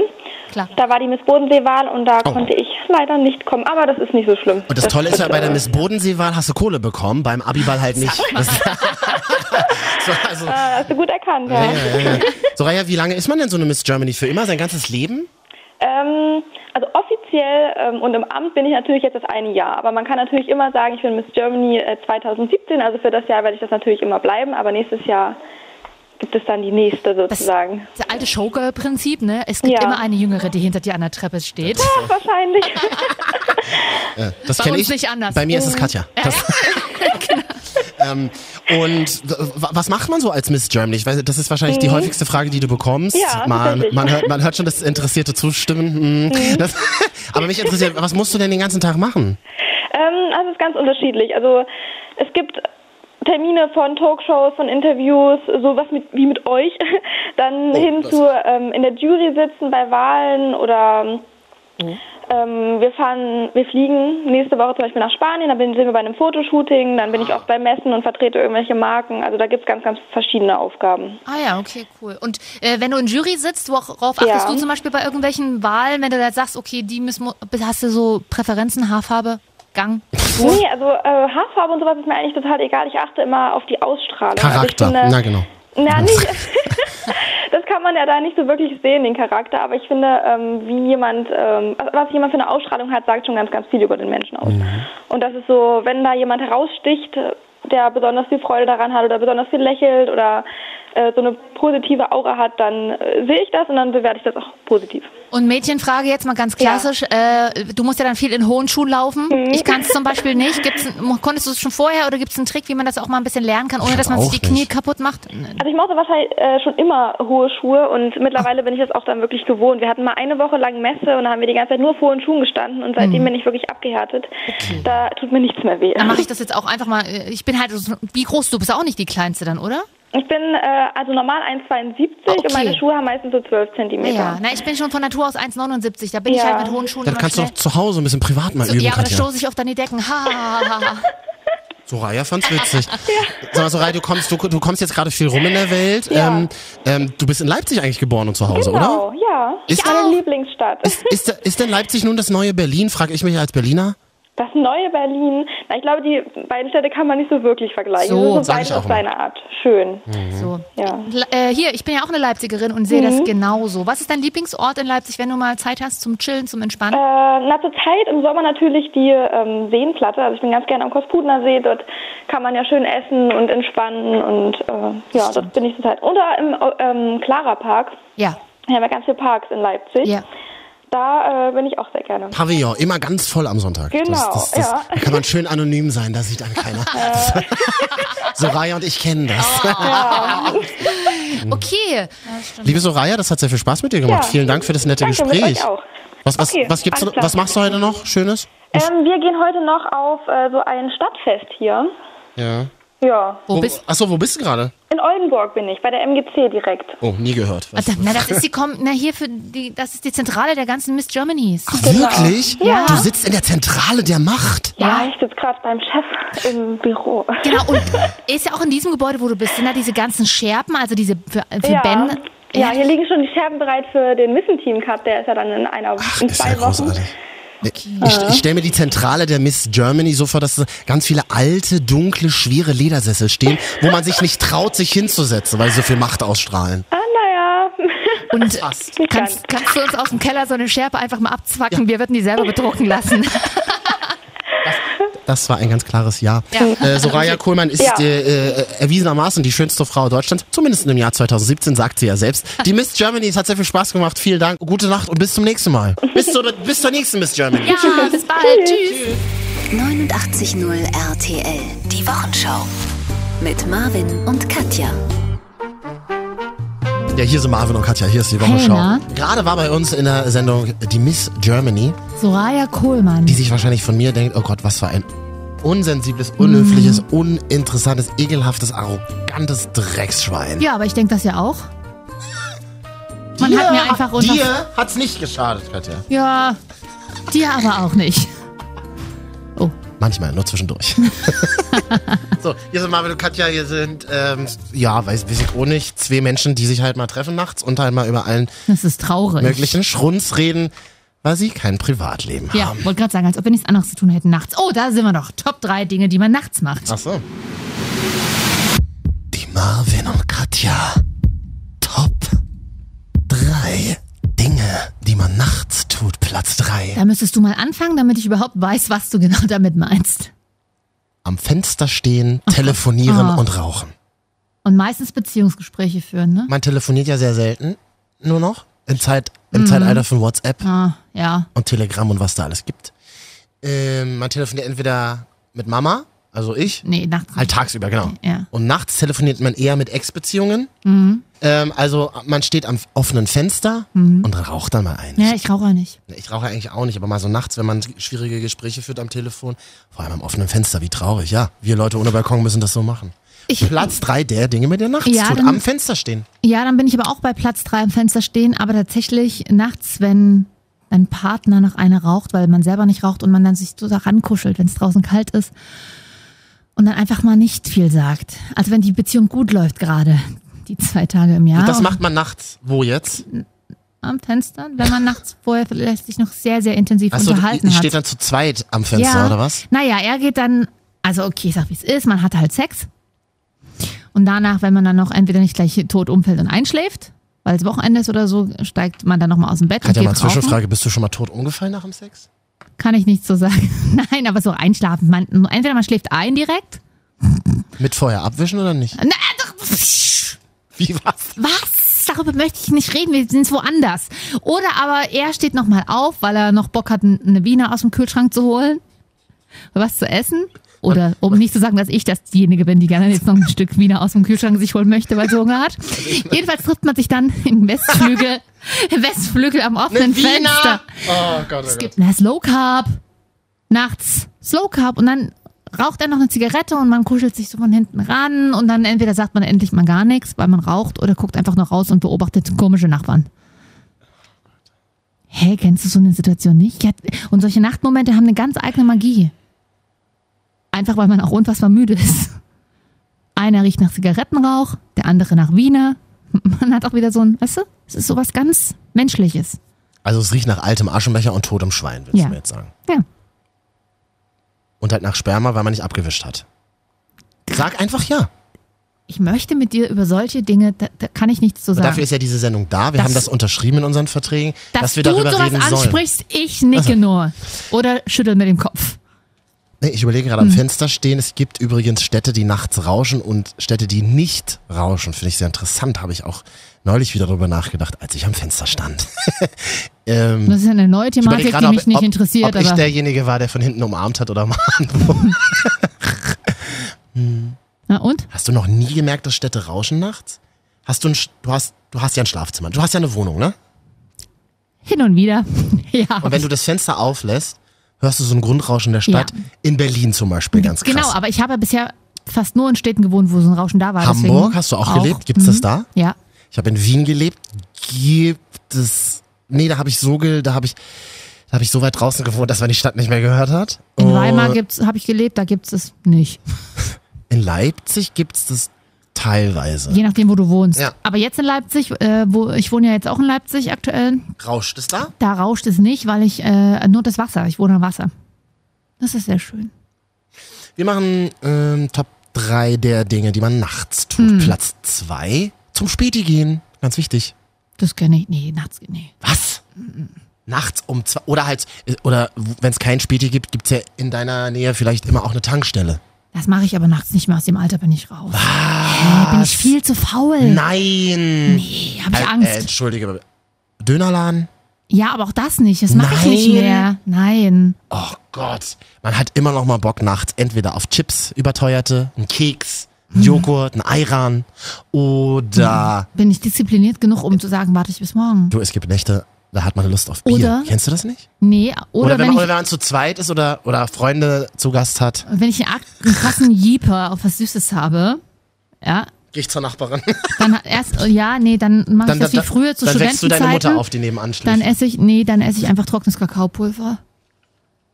Speaker 3: Klar.
Speaker 6: Da war die Miss Bodensee-Wahl und da konnte ich leider nicht kommen. Aber das ist nicht so schlimm.
Speaker 2: (laughs) Oh. Und das Tolle ist ja,
Speaker 6: wird,
Speaker 2: bei der
Speaker 6: äh,
Speaker 2: Miss Bodensee-Wahl hast du Kohle bekommen, beim Abi-Ball halt nicht. Das, (laughs) so, also,
Speaker 6: Ah, hast du gut erkannt, ja.
Speaker 2: ja, ja, ja. Soraya, wie lange ist man denn so eine Miss Germany? Für immer? Sein ganzes Leben?
Speaker 6: Ähm, also offiziell ähm, und im Amt bin ich natürlich jetzt das eine Jahr, aber man kann natürlich immer sagen, ich bin Miss Germany äh, 2017, also für das Jahr werde ich das natürlich immer bleiben, aber nächstes Jahr gibt es dann die nächste
Speaker 3: Das,
Speaker 6: sozusagen.
Speaker 3: das alte Showgirl-Prinzip, ne? Es gibt
Speaker 6: Ja.
Speaker 3: immer eine Jüngere, die hinter dir an der Treppe steht. (laughs)
Speaker 6: Ach, wahrscheinlich.
Speaker 2: Äh, das
Speaker 3: Bei
Speaker 2: kenne
Speaker 3: uns
Speaker 2: ich.
Speaker 3: nicht anders. Mhm. Genau.
Speaker 2: Bei mir ist es Katja. Das, (laughs) ähm, und w- w- was macht man so als Miss Germany? Ich weiß, das ist wahrscheinlich
Speaker 3: Mhm.
Speaker 2: die häufigste Frage, die du bekommst.
Speaker 6: Ja,
Speaker 2: man,
Speaker 6: tatsächlich.
Speaker 2: man, hört, man hört schon das interessierte Zustimmen. Hm.
Speaker 3: Mhm.
Speaker 2: Das, (laughs) aber mich interessiert, was musst du denn den ganzen Tag machen?
Speaker 6: ähm, also es ist ganz unterschiedlich. Also es gibt Termine von Talkshows, von Interviews, sowas mit, wie mit euch, (laughs) dann
Speaker 2: Oh,
Speaker 6: hin zu ähm, in der Jury sitzen bei Wahlen oder
Speaker 2: Mhm.
Speaker 6: Ähm, wir fahren, wir fliegen nächste Woche zum Beispiel nach Spanien, dann bin, sind wir bei einem Fotoshooting, dann bin
Speaker 2: Ah.
Speaker 6: ich auch bei Messen und vertrete irgendwelche Marken. Also da gibt es ganz, ganz verschiedene Aufgaben.
Speaker 3: Ah ja, okay, cool. Und äh, wenn du in Jury sitzt, worauf achtest
Speaker 6: Ja.
Speaker 3: du zum Beispiel bei irgendwelchen Wahlen, wenn du da sagst, okay, die müssen, hast du so Präferenzen, Haarfarbe, Gang?
Speaker 6: Nee, also äh, Haarfarbe und sowas ist mir eigentlich total egal. Ich achte immer auf die Ausstrahlung. Also ich
Speaker 2: Charakter.
Speaker 3: äh,
Speaker 6: finde,
Speaker 2: Na genau.
Speaker 6: Na, nicht. (laughs) Das kann man ja da nicht so wirklich sehen, den Charakter, aber ich finde, ähm, wie jemand, ähm, also was jemand für eine Ausstrahlung hat, sagt schon ganz, ganz viel über den Menschen aus. Und das ist so, wenn da jemand heraussticht, der besonders viel Freude daran hat oder besonders viel lächelt oder äh, so eine positive Aura hat, dann äh, sehe ich das und dann bewerte ich das auch positiv.
Speaker 3: Und Mädchenfrage jetzt mal ganz klassisch. Äh, du musst ja dann viel in hohen Schuhen laufen.
Speaker 6: Mhm.
Speaker 3: Ich kann es zum Beispiel nicht. Gibt's, ein- konntest du es schon vorher oder gibt es einen Trick, wie man das auch mal ein bisschen lernen kann, ohne dass man sich die
Speaker 2: auch
Speaker 3: Knie
Speaker 2: nicht.
Speaker 3: kaputt macht?
Speaker 6: Also ich mochte wahrscheinlich äh, schon immer hohe Schuhe und mittlerweile bin ich das auch dann wirklich gewohnt. Wir hatten mal eine Woche lang Messe und da haben wir die ganze Zeit nur auf hohen Schuhen gestanden und seitdem bin ich wirklich abgehärtet. Da tut mir nichts mehr weh.
Speaker 3: Mhm. Dann mache ich das jetzt auch einfach mal. äh, Ich bin halt, so- wie groß du bist, auch nicht die Kleinste dann, oder?
Speaker 6: Ich bin äh, also normal 1,72
Speaker 3: Ah, Okay.
Speaker 6: und meine Schuhe haben meistens so 12 Zentimeter.
Speaker 3: Ja, na, ich bin schon von Natur aus 1,79. Da bin ich
Speaker 6: Ja.
Speaker 3: halt mit hohen Schuhen
Speaker 2: Dann
Speaker 3: immer
Speaker 2: kannst du
Speaker 3: schnell.
Speaker 2: doch zu Hause ein bisschen privat mal
Speaker 3: so,
Speaker 2: üben,
Speaker 3: ja, aber da
Speaker 2: Katja.
Speaker 3: stoße ich oft an die Decken. Ha, ha, ha, ha, ha.
Speaker 2: Soraya fand's
Speaker 3: (laughs)
Speaker 2: witzig. Sag mal, Soraya, du kommst, du, du kommst jetzt gerade viel rum in der Welt.
Speaker 6: Ja.
Speaker 2: Ähm, ähm, du bist in Leipzig eigentlich geboren und zu Hause,
Speaker 6: Genau,
Speaker 2: oder?
Speaker 6: ja.
Speaker 2: Ist-
Speaker 6: meine
Speaker 3: auch.
Speaker 6: Lieblingsstadt.
Speaker 2: Ist, ist, da- ist denn Leipzig nun das neue Berlin, frage ich mich als Berliner?
Speaker 6: Das neue Berlin. Na, ich glaube, die beiden Städte kann man nicht so wirklich vergleichen.
Speaker 3: So,
Speaker 6: Das ist
Speaker 2: sag ich
Speaker 6: beides
Speaker 2: auch Hm.
Speaker 6: auf
Speaker 2: immer.
Speaker 6: seine Art. Schön.
Speaker 3: So.
Speaker 6: Ja. Mhm.
Speaker 3: Le- Äh, hier, ich bin ja auch eine Leipzigerin und sehe das genauso. Was ist dein Lieblingsort in Leipzig, wenn du mal Zeit hast zum Chillen, zum Entspannen?
Speaker 6: Äh, na, zur Zeit im Sommer natürlich die ähm, Seenplatte. Also ich bin ganz gerne am Kosputner See. Dort kann man ja schön essen und entspannen. Und äh, ja, dort bin ich zur Zeit. Oder im ähm, Clara Park.
Speaker 3: ja.
Speaker 6: Wir haben ja ganz viele Parks in Leipzig.
Speaker 3: Ja.
Speaker 6: Da äh, bin ich auch sehr gerne.
Speaker 2: Pavillon, immer ganz voll am Sonntag.
Speaker 6: Genau,
Speaker 2: das, das, das,
Speaker 6: ja.
Speaker 2: Da kann man schön anonym sein, da sieht einen
Speaker 6: (laughs)
Speaker 2: keiner. (laughs) Soraya und ich kennen das.
Speaker 6: Ähm.
Speaker 3: Okay.
Speaker 2: Liebe Soraya, das hat sehr viel Spaß mit dir gemacht.
Speaker 6: Ja.
Speaker 2: Vielen Dank für das nette
Speaker 6: Danke, mit
Speaker 2: Gespräch.
Speaker 6: euch auch.
Speaker 2: Was, was,
Speaker 6: Okay,
Speaker 2: was, gibt's,
Speaker 6: alles
Speaker 2: noch- was
Speaker 6: klar.
Speaker 2: machst du heute noch Schönes?
Speaker 6: Ähm, wir gehen heute noch auf äh, so ein Stadtfest hier.
Speaker 2: Ja.
Speaker 6: Ja.
Speaker 3: Wo bist
Speaker 2: achso, wo bist du gerade?
Speaker 6: In Oldenburg bin ich, bei der MGC direkt.
Speaker 2: Oh, nie gehört. Was?
Speaker 3: Na, das ist die Kom na hier für die das ist die Zentrale der ganzen Miss Germanys.
Speaker 2: Ach, wirklich?
Speaker 3: Ja.
Speaker 2: Du sitzt in der Zentrale der Macht.
Speaker 3: Ja.
Speaker 6: Ja, Ah, ich sitze gerade beim Chef im Büro.
Speaker 3: Genau und ist ja auch in diesem Gebäude, wo du bist, sind da diese ganzen Scherben, also diese für, für
Speaker 6: Ja.
Speaker 3: Ben.
Speaker 6: ja, hier liegen schon die Scherben bereit für den Missen Team Cup. Der ist ja dann in einer, in
Speaker 2: ist ja
Speaker 6: zwei Wochen.
Speaker 2: großartig. Ich, ich stelle mir die Zentrale der Miss Germany so vor, dass ganz viele alte, dunkle, schwere Ledersessel stehen, wo man sich nicht traut, sich hinzusetzen, weil sie so viel Macht ausstrahlen.
Speaker 6: Ah, naja.
Speaker 3: Und
Speaker 6: Nicht ganz.
Speaker 3: kannst, kannst du uns aus dem Keller so eine Scherbe einfach mal abzwacken? Wir würden die selber bedrucken lassen.
Speaker 2: Das war ein ganz klares Ja.
Speaker 3: Ja.
Speaker 2: Äh, Soraya Kohlmann ist
Speaker 6: Ja.
Speaker 2: äh, äh, erwiesenermaßen die schönste Frau Deutschlands, zumindest im Jahr 2017, sagt sie ja selbst. Die Miss Germany, es hat sehr viel Spaß gemacht. Vielen Dank, gute Nacht und bis zum nächsten Mal. Bis zur, bis zur nächsten Miss Germany.
Speaker 3: Ja, bis bald. (laughs) Tschüss.
Speaker 1: 89.0 RTL. Die Wochenschau. Mit Marvin und Katja.
Speaker 2: Ja, hier sind Marvin und Katja, hier ist die Wochenschau.
Speaker 3: Helena.
Speaker 2: Gerade war bei uns in der Sendung die Miss Germany,
Speaker 3: Soraya Kohlmann.
Speaker 2: die sich wahrscheinlich von mir denkt, oh Gott, was für ein unsensibles, unhöfliches,
Speaker 3: Mhm.
Speaker 2: uninteressantes, ekelhaftes, arrogantes Drecksschwein.
Speaker 3: Ja, aber ich denke das ja auch. Man
Speaker 2: dir,
Speaker 3: hat mir einfach unter.
Speaker 2: Dir hat's nicht geschadet, Katja.
Speaker 3: Ja, dir aber auch nicht.
Speaker 2: Manchmal, nur zwischendurch. (laughs) so, hier sind Marvin und Katja, hier sind, ähm, ja, weiß, weiß ich auch nicht, zwei Menschen, die sich halt mal treffen nachts und halt mal über allen
Speaker 3: Das ist traurig.
Speaker 2: möglichen Schrunz reden, weil sie kein Privatleben
Speaker 3: Ja,
Speaker 2: haben.
Speaker 3: wollte gerade sagen, als ob wir nichts anderes zu tun hätten nachts. Oh, da sind wir noch. Top 3 Dinge, die man nachts macht.
Speaker 2: Ach so. Die Marvin und Katja. Top drei Dinge, die man nachts tut. Platz drei.
Speaker 3: Da müsstest du mal anfangen, damit ich überhaupt weiß, was du genau (laughs) damit meinst.
Speaker 2: Am Fenster stehen, telefonieren
Speaker 3: Ah.
Speaker 2: und rauchen.
Speaker 3: Und meistens Beziehungsgespräche führen, ne?
Speaker 2: Man telefoniert ja sehr selten, nur noch. In Zeit, Im Zeitalter von WhatsApp
Speaker 3: Ah, ja.
Speaker 2: und Telegram und was da alles gibt. Ähm, man telefoniert entweder mit Mama, also ich,
Speaker 3: Nee, nachts.
Speaker 2: halt tagsüber, genau.
Speaker 3: Ja. Mhm.
Speaker 2: Und nachts telefoniert man eher mit Ex-Beziehungen. Ähm, also man steht am offenen Fenster und raucht dann mal ein.
Speaker 3: Mhm. Ja, ich rauche nicht.
Speaker 2: Ich rauche eigentlich auch nicht, aber mal so nachts, wenn man schwierige Gespräche führt am Telefon, vor allem am offenen Fenster, wie traurig, ja. Wir Leute ohne Balkon müssen das so machen.
Speaker 3: Ich-
Speaker 2: Platz drei der Dinge, mit der nachts
Speaker 3: Ja,
Speaker 2: tut,
Speaker 3: dann-
Speaker 2: am Fenster stehen.
Speaker 3: Ja, dann bin ich aber auch bei Platz 3 am Fenster stehen, aber tatsächlich nachts, wenn ein Partner noch eine raucht, weil man selber nicht raucht und man dann sich so daran kuschelt, wenn es draußen kalt ist und dann einfach mal nicht viel sagt. Also wenn die Beziehung gut läuft gerade, die zwei Tage im Jahr.
Speaker 2: und das
Speaker 3: Und
Speaker 2: macht man nachts. Wo jetzt?
Speaker 3: am Fenster, wenn man nachts vorher vielleicht sich noch sehr, sehr intensiv
Speaker 2: Achso,
Speaker 3: unterhalten
Speaker 2: ihr
Speaker 3: hat.
Speaker 2: steht dann zu zweit am Fenster, oder was?
Speaker 3: Naja, er geht dann, also okay, ich sag wie es ist, man hat halt Sex. Und danach, wenn man dann noch entweder nicht gleich tot umfällt und einschläft, weil es Wochenende ist oder so, steigt man dann nochmal aus dem Bett
Speaker 2: Katja,
Speaker 3: und
Speaker 2: mal
Speaker 3: geht rauchen.
Speaker 2: Zwischenfrage, bist du schon mal tot umgefallen nach dem Sex?
Speaker 3: Kann ich nicht so sagen. (laughs) Nein, aber so einschlafen. Man, entweder man schläft ein direkt.
Speaker 2: Mit Feuer abwischen oder nicht?
Speaker 3: Na, doch, psch,
Speaker 2: Wie was?
Speaker 3: was? Darüber möchte ich nicht reden, wir sind woanders. Oder aber er steht nochmal auf, weil er noch Bock hat, n- eine Wiener aus dem Kühlschrank zu holen, was zu essen. Oder um nicht zu sagen, dass ich das diejenige bin, die gerne jetzt noch ein Stück Wiener aus dem Kühlschrank sich holen möchte, weil sie Hunger hat. Jedenfalls trifft man sich dann im Westflügel, im Westflügel am offenen Fenster.
Speaker 2: Oh Gott, oh
Speaker 3: Es
Speaker 2: Gott.
Speaker 3: gibt na, Slow Carb. Nachts Slow Carb und dann raucht er noch eine Zigarette und man kuschelt sich so von hinten ran und dann entweder sagt man endlich mal gar nichts, weil man raucht oder guckt einfach nur raus und beobachtet komische Nachbarn. Hä, hey, kennst du so eine Situation nicht? Ja, und solche Nachtmomente haben eine ganz eigene Magie. Einfach weil man auch unfassbar müde ist. Einer riecht nach Zigarettenrauch, der andere nach Wiener. Man hat auch wieder so ein, weißt du, es ist sowas ganz Menschliches.
Speaker 2: Also es riecht nach altem Aschenbecher und totem Schwein, willst
Speaker 3: Ja.
Speaker 2: du mir jetzt sagen.
Speaker 3: Ja.
Speaker 2: Und halt nach Sperma, weil man nicht abgewischt hat. Sag einfach ja.
Speaker 3: ich möchte mit dir über solche Dinge, da, da kann ich nichts zu
Speaker 2: Und
Speaker 3: sagen.
Speaker 2: dafür ist ja diese Sendung da. Wir
Speaker 3: Das-
Speaker 2: haben das unterschrieben in unseren Verträgen, dass, wir
Speaker 3: du
Speaker 2: darüber
Speaker 3: sowas
Speaker 2: reden sollen.
Speaker 3: ansprichst, ich nicke nur. Oder schüttel mit dem Kopf.
Speaker 2: Nee, ich überlege gerade am
Speaker 3: Hm.
Speaker 2: Fenster stehen. Es gibt übrigens Städte, die nachts rauschen und Städte, die nicht rauschen. Finde ich sehr interessant. Habe ich auch neulich wieder darüber nachgedacht, als ich am Fenster stand. ähm,
Speaker 3: Das ist ja eine neue
Speaker 2: ich überlege
Speaker 3: Thematik,
Speaker 2: gerade,
Speaker 3: die mich nicht interessiert.
Speaker 2: Ob ich
Speaker 3: aber,
Speaker 2: derjenige war, der von hinten umarmt hat oder mal
Speaker 3: na und?
Speaker 2: Hast du noch nie gemerkt, dass Städte rauschen nachts? Hast du ein, Sch- du hast, du hast ja ein Schlafzimmer. Du hast ja eine Wohnung, ne?
Speaker 3: Hin und wieder. (laughs) ja.
Speaker 2: Und wenn du das Fenster auflässt, hörst du so ein Grundrauschen der Stadt.
Speaker 3: Ja.
Speaker 2: In Berlin zum Beispiel, ganz krass.
Speaker 3: genau, aber ich habe ja bisher fast nur in Städten gewohnt, wo so ein Rauschen da war.
Speaker 2: Hamburg
Speaker 3: deswegen Mhm.
Speaker 2: hast du auch gelebt? Gibt's das da?
Speaker 3: Ja.
Speaker 2: Ich habe in Wien gelebt. Gibt es. Nee, da habe ich so gel, da habe ich. Da habe ich so weit draußen gewohnt, dass man die Stadt nicht mehr gehört hat.
Speaker 3: In
Speaker 2: Und
Speaker 3: Weimar gibt's, habe ich gelebt, da gibt's es nicht.
Speaker 2: in Leipzig gibt es das teilweise.
Speaker 3: Je nachdem, wo du wohnst.
Speaker 2: Ja.
Speaker 3: Aber jetzt in Leipzig, äh, wo ich wohne ja jetzt auch in Leipzig aktuell,
Speaker 2: Rauscht es da?
Speaker 3: da rauscht es nicht, weil ich äh, nur das Wasser, ich wohne am Wasser. Das ist sehr schön.
Speaker 2: Wir machen ähm, Top 3 der Dinge, die man nachts tut.
Speaker 3: Hm.
Speaker 2: Platz 2, zum Späti gehen. Ganz wichtig.
Speaker 3: Das kenne ich. Nee, nachts. Nee.
Speaker 2: Was? Nachts um zwei. Oder halt, oder wenn es kein Späti gibt, gibt's ja in deiner Nähe vielleicht immer auch eine Tankstelle.
Speaker 3: Das mache ich aber nachts nicht mehr. Aus dem Alter bin ich raus. Hä, bin ich viel zu faul.
Speaker 2: Nein!
Speaker 3: Hm. Nee, habe ich
Speaker 2: Äh, Äh,
Speaker 3: Angst.
Speaker 2: entschuldige. aber- Dönerladen?
Speaker 3: ja, aber auch das nicht. Das mache ich nicht
Speaker 2: Nein.
Speaker 3: mehr. Nein.
Speaker 2: Oh Gott. Man hat immer noch mal Bock nachts entweder auf Chips, überteuerte, einen Keks,
Speaker 3: Hm.
Speaker 2: Joghurt, ein Ayran oder
Speaker 3: Bin ich diszipliniert genug, um zu sagen, warte ich bis morgen?
Speaker 2: du, es gibt Nächte, da hat man Lust auf Bier.
Speaker 3: Oder-
Speaker 2: Kennst du das nicht?
Speaker 3: Nee, oder,
Speaker 2: Oder, wenn,
Speaker 3: wenn,
Speaker 2: oder wenn man zu zweit ist oder, oder Freunde zu Gast hat,
Speaker 3: ich, wenn ich einen, arg- einen krassen Jeeper auf was Süßes habe, ja,
Speaker 2: geh ich zur Nachbarin.
Speaker 3: dann hat erst, ja, nee, dann mache ich
Speaker 2: Dann,
Speaker 3: das wie
Speaker 2: dann,
Speaker 3: früher zu
Speaker 2: dann wächst du deine Mutter
Speaker 3: Studentenzeiten.
Speaker 2: auf, die nebenan schläft.
Speaker 3: Dann esse ich, nee, dann esse ich einfach trockenes Kakaopulver.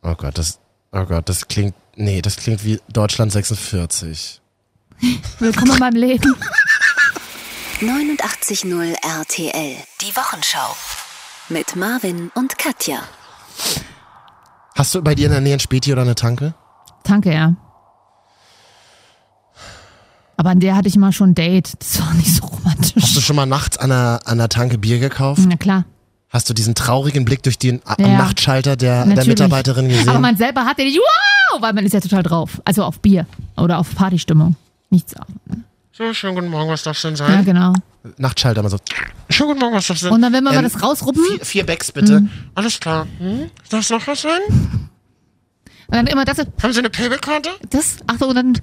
Speaker 2: Oh Gott, das, oh Gott, das klingt, nee, das klingt wie Deutschland 46.
Speaker 3: Willkommen in meinem Leben.
Speaker 1: 89.0 RTL. Die Wochenschau. Mit Marvin und Katja.
Speaker 2: Hast du bei dir in der Nähe ein Späti oder eine Tanke?
Speaker 3: Danke, ja. Aber an der hatte ich mal schon ein Date. Das war nicht so
Speaker 2: Hast du
Speaker 3: romantisch.
Speaker 2: schon mal nachts an der, an der Tanke Bier gekauft?
Speaker 3: Na klar.
Speaker 2: Hast du diesen traurigen Blick durch den äh, am
Speaker 3: Hm. Ja.
Speaker 2: Nachtschalter der, der
Speaker 3: Natürlich.
Speaker 2: Mitarbeiterin
Speaker 3: Aber
Speaker 2: gesehen?
Speaker 3: man selber hat ja nicht, wow, weil man ist ja total drauf. Also auf Bier oder auf Partystimmung. Nichts. auf-
Speaker 2: So, schönen guten Morgen, was darf denn
Speaker 3: Ja, genau.
Speaker 2: Nachtschalter, man so, schönen guten Morgen, was darf denn
Speaker 3: Und dann will man mal
Speaker 2: Ähm,
Speaker 3: das rausruppen
Speaker 2: Vier, vier Becks bitte. Alles klar. Hm? Darf noch was sein?
Speaker 3: und dann immer das,
Speaker 2: Haben Sie eine Payback-Karte?
Speaker 3: das, ach so, und dann,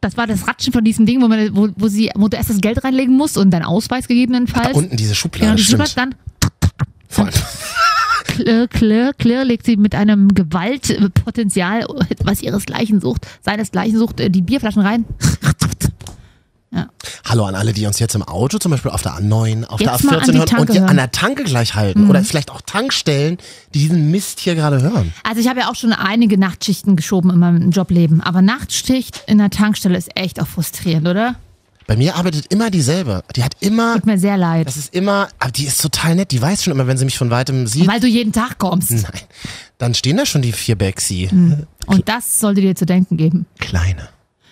Speaker 3: das war das Ratschen von diesem Ding, wo man, wo, wo sie, wo du erst das Geld reinlegen musst und deinen Ausweis
Speaker 2: Da
Speaker 3: gegebenenfalls.
Speaker 2: unten diese Schublade,
Speaker 3: genau, die
Speaker 2: stimmt.
Speaker 3: Schublade, dann
Speaker 2: Vor allem.
Speaker 3: Claire, Claire, Claire legt sie mit einem Gewaltpotenzial, was ihresgleichen sucht, seinesgleichen sucht, äh, die Bierflaschen rein.
Speaker 2: Hallo an alle, die uns jetzt im Auto, zum Beispiel auf der A9, auf
Speaker 3: Jetzt
Speaker 2: der
Speaker 3: mal an
Speaker 2: A14
Speaker 3: die
Speaker 2: hören und
Speaker 3: Tanke
Speaker 2: die an
Speaker 3: hören. Mhm.
Speaker 2: der Tanke gleich halten. Oder vielleicht auch Tankstellen, die diesen Mist hier gerade hören.
Speaker 3: Also ich habe ja auch schon einige Nachtschichten geschoben in meinem Jobleben, aber Nachtschicht in der Tankstelle ist echt auch frustrierend, oder?
Speaker 2: Bei mir arbeitet immer dieselbe. Die hat immer,
Speaker 3: Tut mir sehr leid,
Speaker 2: das ist immer, aber die ist total nett. Die weiß schon immer, wenn sie mich von weitem sieht,
Speaker 3: weil du jeden Tag kommst.
Speaker 2: nein, dann stehen da schon die vier Bexi.
Speaker 3: Und das sollte dir zu denken geben.
Speaker 2: Kleine.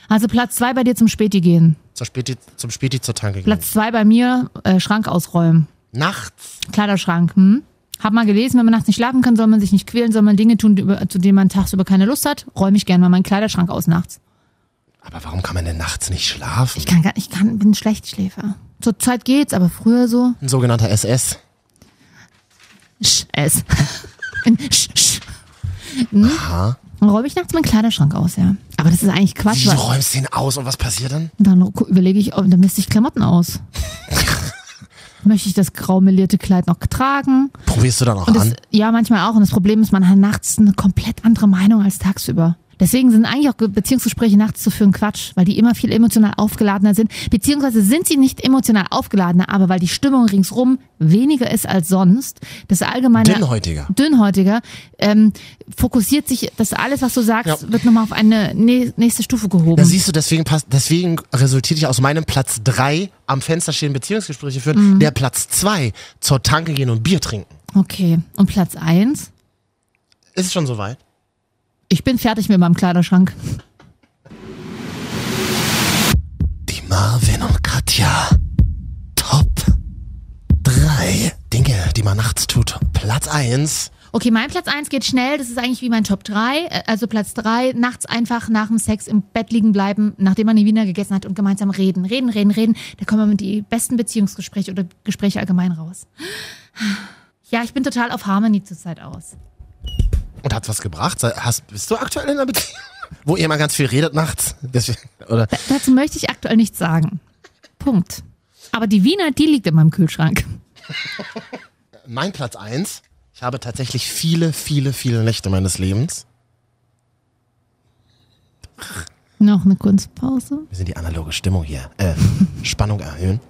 Speaker 3: Also Platz zwei bei dir zum Späti gehen,
Speaker 2: Zur Späti, zum Späti zur Tanke gehen.
Speaker 3: Platz zwei bei mir äh, Schrank ausräumen,
Speaker 2: Nachts.
Speaker 3: Kleiderschrank. Hm? Hab mal gelesen, wenn man nachts nicht schlafen kann, soll man sich nicht quälen, soll man Dinge tun, die über- zu denen man tagsüber keine Lust hat. Räume ich gerne mal meinen Kleiderschrank aus nachts.
Speaker 2: Aber warum kann man denn nachts nicht schlafen?
Speaker 3: Ich kann, gar- ich kann, bin ein Schlechtschläfer. Zurzeit geht's, aber früher so.
Speaker 2: Ein sogenannter SS.
Speaker 3: Sch, es. (laughs) Sch, sch. Hm? Dann räume ich nachts meinen Kleiderschrank aus, ja. Aber das ist eigentlich Quatsch.
Speaker 2: Wie, du
Speaker 3: Weil,
Speaker 2: räumst den aus und was passiert dann?
Speaker 3: dann gu- überlege ich, oh, dann misste ich Klamotten aus. Möchte ich das grau melierte Kleid noch tragen?
Speaker 2: Probierst du dann auch
Speaker 3: Und das,
Speaker 2: an?
Speaker 3: ja, manchmal auch. Und das Problem ist, man hat nachts eine komplett andere Meinung als tagsüber. Deswegen sind eigentlich auch Ge- Beziehungsgespräche nachts zu führen Quatsch, weil die immer viel emotional aufgeladener sind. Beziehungsweise sind sie nicht emotional aufgeladener, aber weil die Stimmung ringsrum weniger ist als sonst. Das allgemeine
Speaker 2: Dünnhäutiger.
Speaker 3: dünnhäutiger, ähm, fokussiert sich das alles, was du sagst, wird nochmal auf eine nä- nächste Stufe gehoben.
Speaker 2: Na, siehst du, deswegen passt, deswegen resultiert ja aus meinem Platz drei am Fenster stehen Beziehungsgespräche führen, der Platz zwei zur Tanke gehen und Bier trinken.
Speaker 3: okay. Und Platz eins?
Speaker 2: Ist es schon soweit?
Speaker 3: Ich bin fertig mit meinem Kleiderschrank.
Speaker 2: Die Marvin und Katja. Top drei Dinge, die man nachts tut. Platz eins.
Speaker 3: Okay, mein Platz eins geht schnell. Das ist eigentlich wie mein Top drei. Äh, Also Platz drei nachts einfach nach dem Sex im Bett liegen bleiben, nachdem man die Wiener gegessen hat und gemeinsam reden. Reden, reden, reden. Da kommen wir mit die besten Beziehungsgespräche oder Gespräche allgemein raus. Ja, ich bin total auf Harmony zurzeit aus.
Speaker 2: Und hat was gebracht? Sei- Hast, bist du aktuell in einer Beziehung? (laughs) Wo ihr mal ganz viel redet nachts? Deswegen, oder?
Speaker 3: Dazu möchte ich aktuell nichts sagen. Punkt. Aber die Wiener, die liegt in meinem Kühlschrank.
Speaker 2: Mein Platz eins. Ich habe tatsächlich viele, viele, viele Nächte meines Lebens.
Speaker 3: Noch eine Kunstpause.
Speaker 2: Wir sind die analoge Stimmung hier. Äh, (laughs) Spannung erhöhen.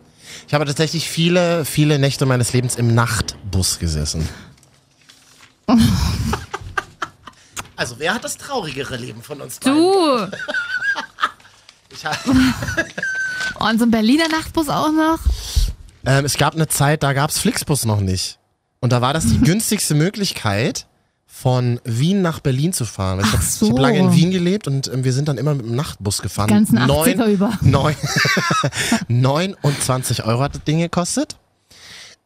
Speaker 2: Ich habe tatsächlich viele, viele Nächte meines Lebens im Nachtbus
Speaker 3: (laughs)
Speaker 2: gesessen. Also, wer hat das traurigere Leben von uns beiden?
Speaker 3: Du!
Speaker 2: Ich hab,
Speaker 3: Und so ein Berliner Nachtbus auch noch.
Speaker 2: ähm, es gab eine Zeit, da gab's Flixbus noch nicht. Und da war das
Speaker 3: Mhm.
Speaker 2: die günstigste Möglichkeit, von Wien nach Berlin zu fahren. Weil Ich
Speaker 3: Ach
Speaker 2: habe
Speaker 3: so.
Speaker 2: hab lange in Wien gelebt und ähm, wir sind dann immer mit dem Nachtbus gefahren.
Speaker 3: Ganzen
Speaker 2: Neun-
Speaker 3: 80er über.
Speaker 2: Neun, (laughs) 29 Euro hat das Ding gekostet.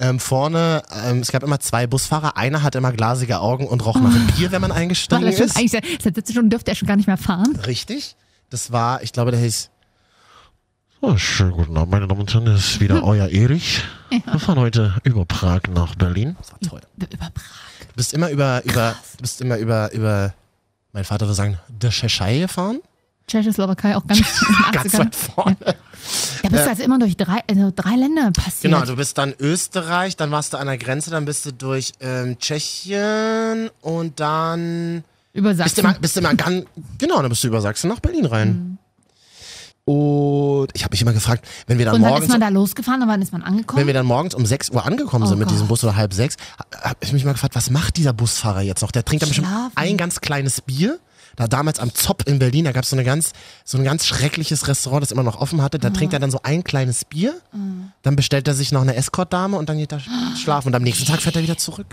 Speaker 2: Ähm, vorne, ähm, es gab immer zwei Busfahrer. Einer hat immer glasige Augen und roch nach Bier, wenn man
Speaker 3: War
Speaker 2: eingestiegen
Speaker 3: das schon,
Speaker 2: ist.
Speaker 3: eigentlich, seit 17 Stunden dürfte er schon gar nicht mehr fahren.
Speaker 2: Richtig. Das war, ich glaube, der hieß
Speaker 7: Oh, schönen guten Abend, meine Damen und Herren, es ist wieder euer Erich. Wir fahren heute über Prag nach Berlin.
Speaker 3: Über Prag.
Speaker 2: Du bist immer über, über, du bist immer über, über, mein Vater würde sagen, der Tschechei gefahren.
Speaker 3: Tschechoslowakei auch
Speaker 2: (laughs)
Speaker 3: ganz,
Speaker 2: Ganz
Speaker 3: genau.
Speaker 2: weit vorne.
Speaker 3: Da bist du also immer durch drei, also drei Länder passiert.
Speaker 2: Genau, du bist dann Österreich, dann warst du an der Grenze, dann bist du durch ähm, Tschechien und dann
Speaker 3: Über
Speaker 2: bist du, mal,
Speaker 3: Sachsen.
Speaker 2: bist du mal
Speaker 3: (laughs)
Speaker 2: ganz, genau, dann bist du über Sachsen nach Berlin
Speaker 3: Mhm.
Speaker 2: rein. Und ich habe mich immer gefragt, wenn wir dann
Speaker 3: Und dann ist
Speaker 2: morgens
Speaker 3: man da losgefahren, und wann ist man angekommen?
Speaker 2: wenn wir dann morgens um 6 Uhr angekommen sind
Speaker 3: Oh
Speaker 2: mit
Speaker 3: Gott.
Speaker 2: diesem Bus oder halb sechs, habe ich mich mal gefragt, was macht dieser Busfahrer jetzt noch? Der trinkt dann bestimmt
Speaker 3: Schlafen.
Speaker 2: ein ganz kleines Bier. Da damals am Zopp in Berlin, da gab so es ganz, so ein ganz schreckliches Restaurant, das immer noch offen hatte. Da
Speaker 3: Ah.
Speaker 2: trinkt er dann so ein kleines Bier, dann bestellt er sich noch eine Escort-Dame und dann geht er
Speaker 3: Ah.
Speaker 2: schlafen. Und am nächsten Tag fährt er wieder zurück.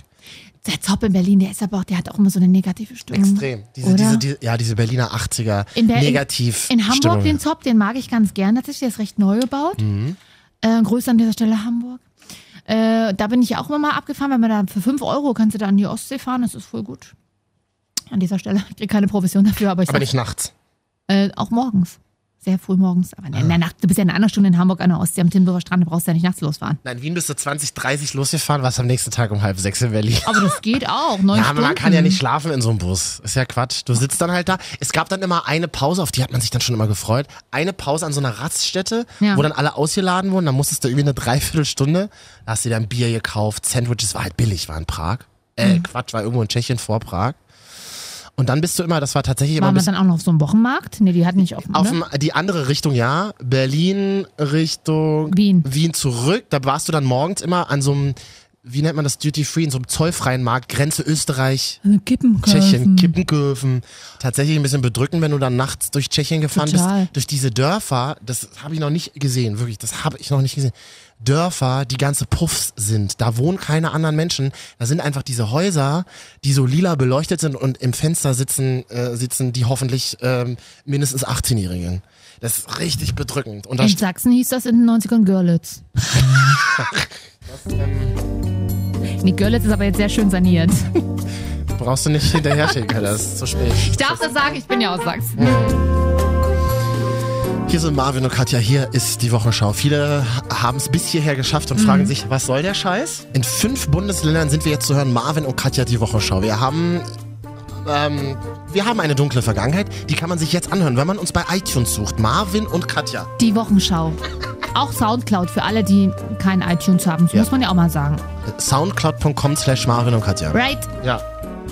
Speaker 3: Der Zopp in Berlin, der ist aber auch, der hat auch immer so eine negative Stimmung.
Speaker 2: Extrem. Diese,
Speaker 3: Oder?
Speaker 2: diese, die- ja, diese Berliner 80er
Speaker 3: In der- in-
Speaker 2: negativ
Speaker 3: In Hamburg
Speaker 2: Stimmung. Mhm.
Speaker 3: den Zopp, den mag ich ganz gern. Tatsächlich, der ist recht neu gebaut. Äh, Grüße an dieser Stelle Hamburg. Äh, da bin ich auch immer mal abgefahren, wenn man da für 5 Euro kannst du da an die Ostsee fahren, das ist voll gut. An dieser Stelle, ich kriege keine Provision dafür, aber ich
Speaker 2: aber
Speaker 3: sag,
Speaker 2: nicht nachts.
Speaker 3: äh, auch morgens. Sehr früh morgens. Aber in
Speaker 2: Ah.
Speaker 3: der Nacht, du bist ja in einer Stunde in Hamburg an der Ostsee am Timberer Strand, du brauchst ja nicht nachts losfahren.
Speaker 2: Nein, in Wien bist du 20, 30 losgefahren, warst am nächsten Tag um halb sechs in Berlin.
Speaker 3: Aber das geht auch. Neun
Speaker 2: Ja, aber man
Speaker 3: Stunden.
Speaker 2: kann ja nicht schlafen in so einem Bus. Ist ja Quatsch. Du sitzt dann halt da. Es gab dann immer eine Pause, auf die hat man sich dann schon immer gefreut. Eine Pause an so einer Raststätte,
Speaker 3: Ja.
Speaker 2: wo dann alle ausgeladen wurden. Dann musstest du irgendwie eine Dreiviertelstunde. Da hast du dir ein Bier gekauft. Sandwiches war halt billig, war in Prag. Äh, Quatsch, war irgendwo in Tschechien vor Prag. Und dann bist du immer, das war tatsächlich immer ein
Speaker 3: Waren wir
Speaker 2: bisschen
Speaker 3: dann auch noch auf so einem Wochenmarkt? Nee, die hat nicht offen.
Speaker 2: auf
Speaker 3: ne?
Speaker 2: dem- die andere Richtung, ja. Berlin Richtung
Speaker 3: Wien.
Speaker 2: Wien zurück. Da warst du dann morgens immer an so einem, wie nennt man das, Duty-Free, in so einem zollfreien Markt, Grenze Österreich.
Speaker 3: Äh, Kippen
Speaker 2: Tschechien, Kippengöfen. Tatsächlich ein bisschen bedrückend, wenn du dann nachts durch Tschechien gefahren
Speaker 3: Total.
Speaker 2: bist. Durch diese Dörfer, das habe ich noch nicht gesehen, wirklich, das habe ich noch nicht gesehen. Dörfer, die ganze Puffs sind. Da wohnen keine anderen Menschen. Da sind einfach diese Häuser, die so lila beleuchtet sind und im Fenster sitzen, äh, sitzen die hoffentlich ähm, mindestens 18-Jährigen. Das ist richtig bedrückend. Und da
Speaker 3: In Sachsen hieß das in den 90ern
Speaker 2: (laughs)
Speaker 3: Görlitz. Nee, Görlitz ist aber jetzt sehr schön saniert.
Speaker 2: brauchst du nicht hinterher schicken, das ist zu spät.
Speaker 3: Ich darf das sagen, ich bin ja aus Sachsen.
Speaker 2: Hier sind Marvin und Katja, hier ist die Wochenschau. Viele haben es bis hierher geschafft und fragen sich, was soll der Scheiß? In fünf Bundesländern sind wir jetzt zu hören, Marvin und Katja, die Wochenschau. Wir haben, ähm, wir haben eine dunkle Vergangenheit, die kann man sich jetzt anhören, wenn man uns bei iTunes sucht. Marvin und Katja.
Speaker 3: Die Wochenschau. Auch Soundcloud für alle, die kein iTunes haben. Das
Speaker 2: Ja.
Speaker 3: muss man ja auch mal sagen.
Speaker 2: Soundcloud.com slash Marvin und Katja.
Speaker 3: Right?
Speaker 2: Ja.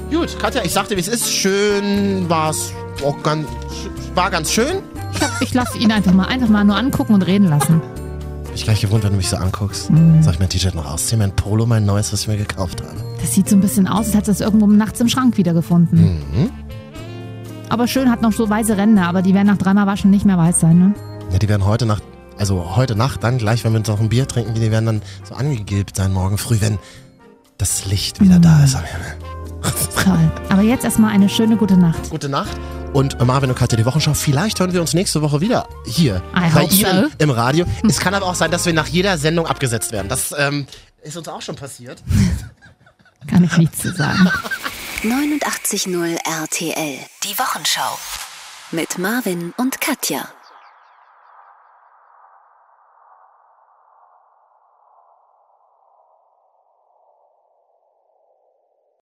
Speaker 2: Gut, Katja, ich sagte, wie es ist. Schön war's. Auch ganz, war ganz schön.
Speaker 3: Ich, hab- ich lasse ihn einfach mal, einfach mal nur angucken und reden lassen.
Speaker 2: Hab ich gleich gewundert, wenn du mich so anguckst. Soll ich mein T-Shirt noch ausziehen? Mein Polo, mein neues, was ich mir gekauft habe.
Speaker 3: Das sieht so ein bisschen aus, als hätte es das irgendwo nachts im Schrank wiedergefunden. Aber schön, hat noch so weiße Ränder, aber die werden nach dreimal waschen nicht mehr weiß sein, ne?
Speaker 2: Ja, die werden heute Nacht, also heute Nacht dann, gleich wenn wir uns noch ein Bier trinken, die werden dann so angegilbt sein morgen früh, wenn das Licht wieder da
Speaker 3: Mhm.
Speaker 2: ist am Himmel.
Speaker 3: Toll. Aber jetzt erstmal eine schöne gute Nacht.
Speaker 2: Gute Nacht und Marvin und Katja die Wochenschau. Vielleicht hören wir uns nächste Woche wieder hier
Speaker 3: I
Speaker 2: bei
Speaker 3: hope
Speaker 2: Ihnen
Speaker 3: so.
Speaker 2: im
Speaker 3: (laughs)
Speaker 2: Radio. Es kann aber auch sein, dass wir nach jeder Sendung abgesetzt werden. Das ähm, ist uns auch schon passiert.
Speaker 3: Kann ich nichts zu sagen.
Speaker 1: 89.0 RTL. Die Wochenschau. Mit Marvin und Katja.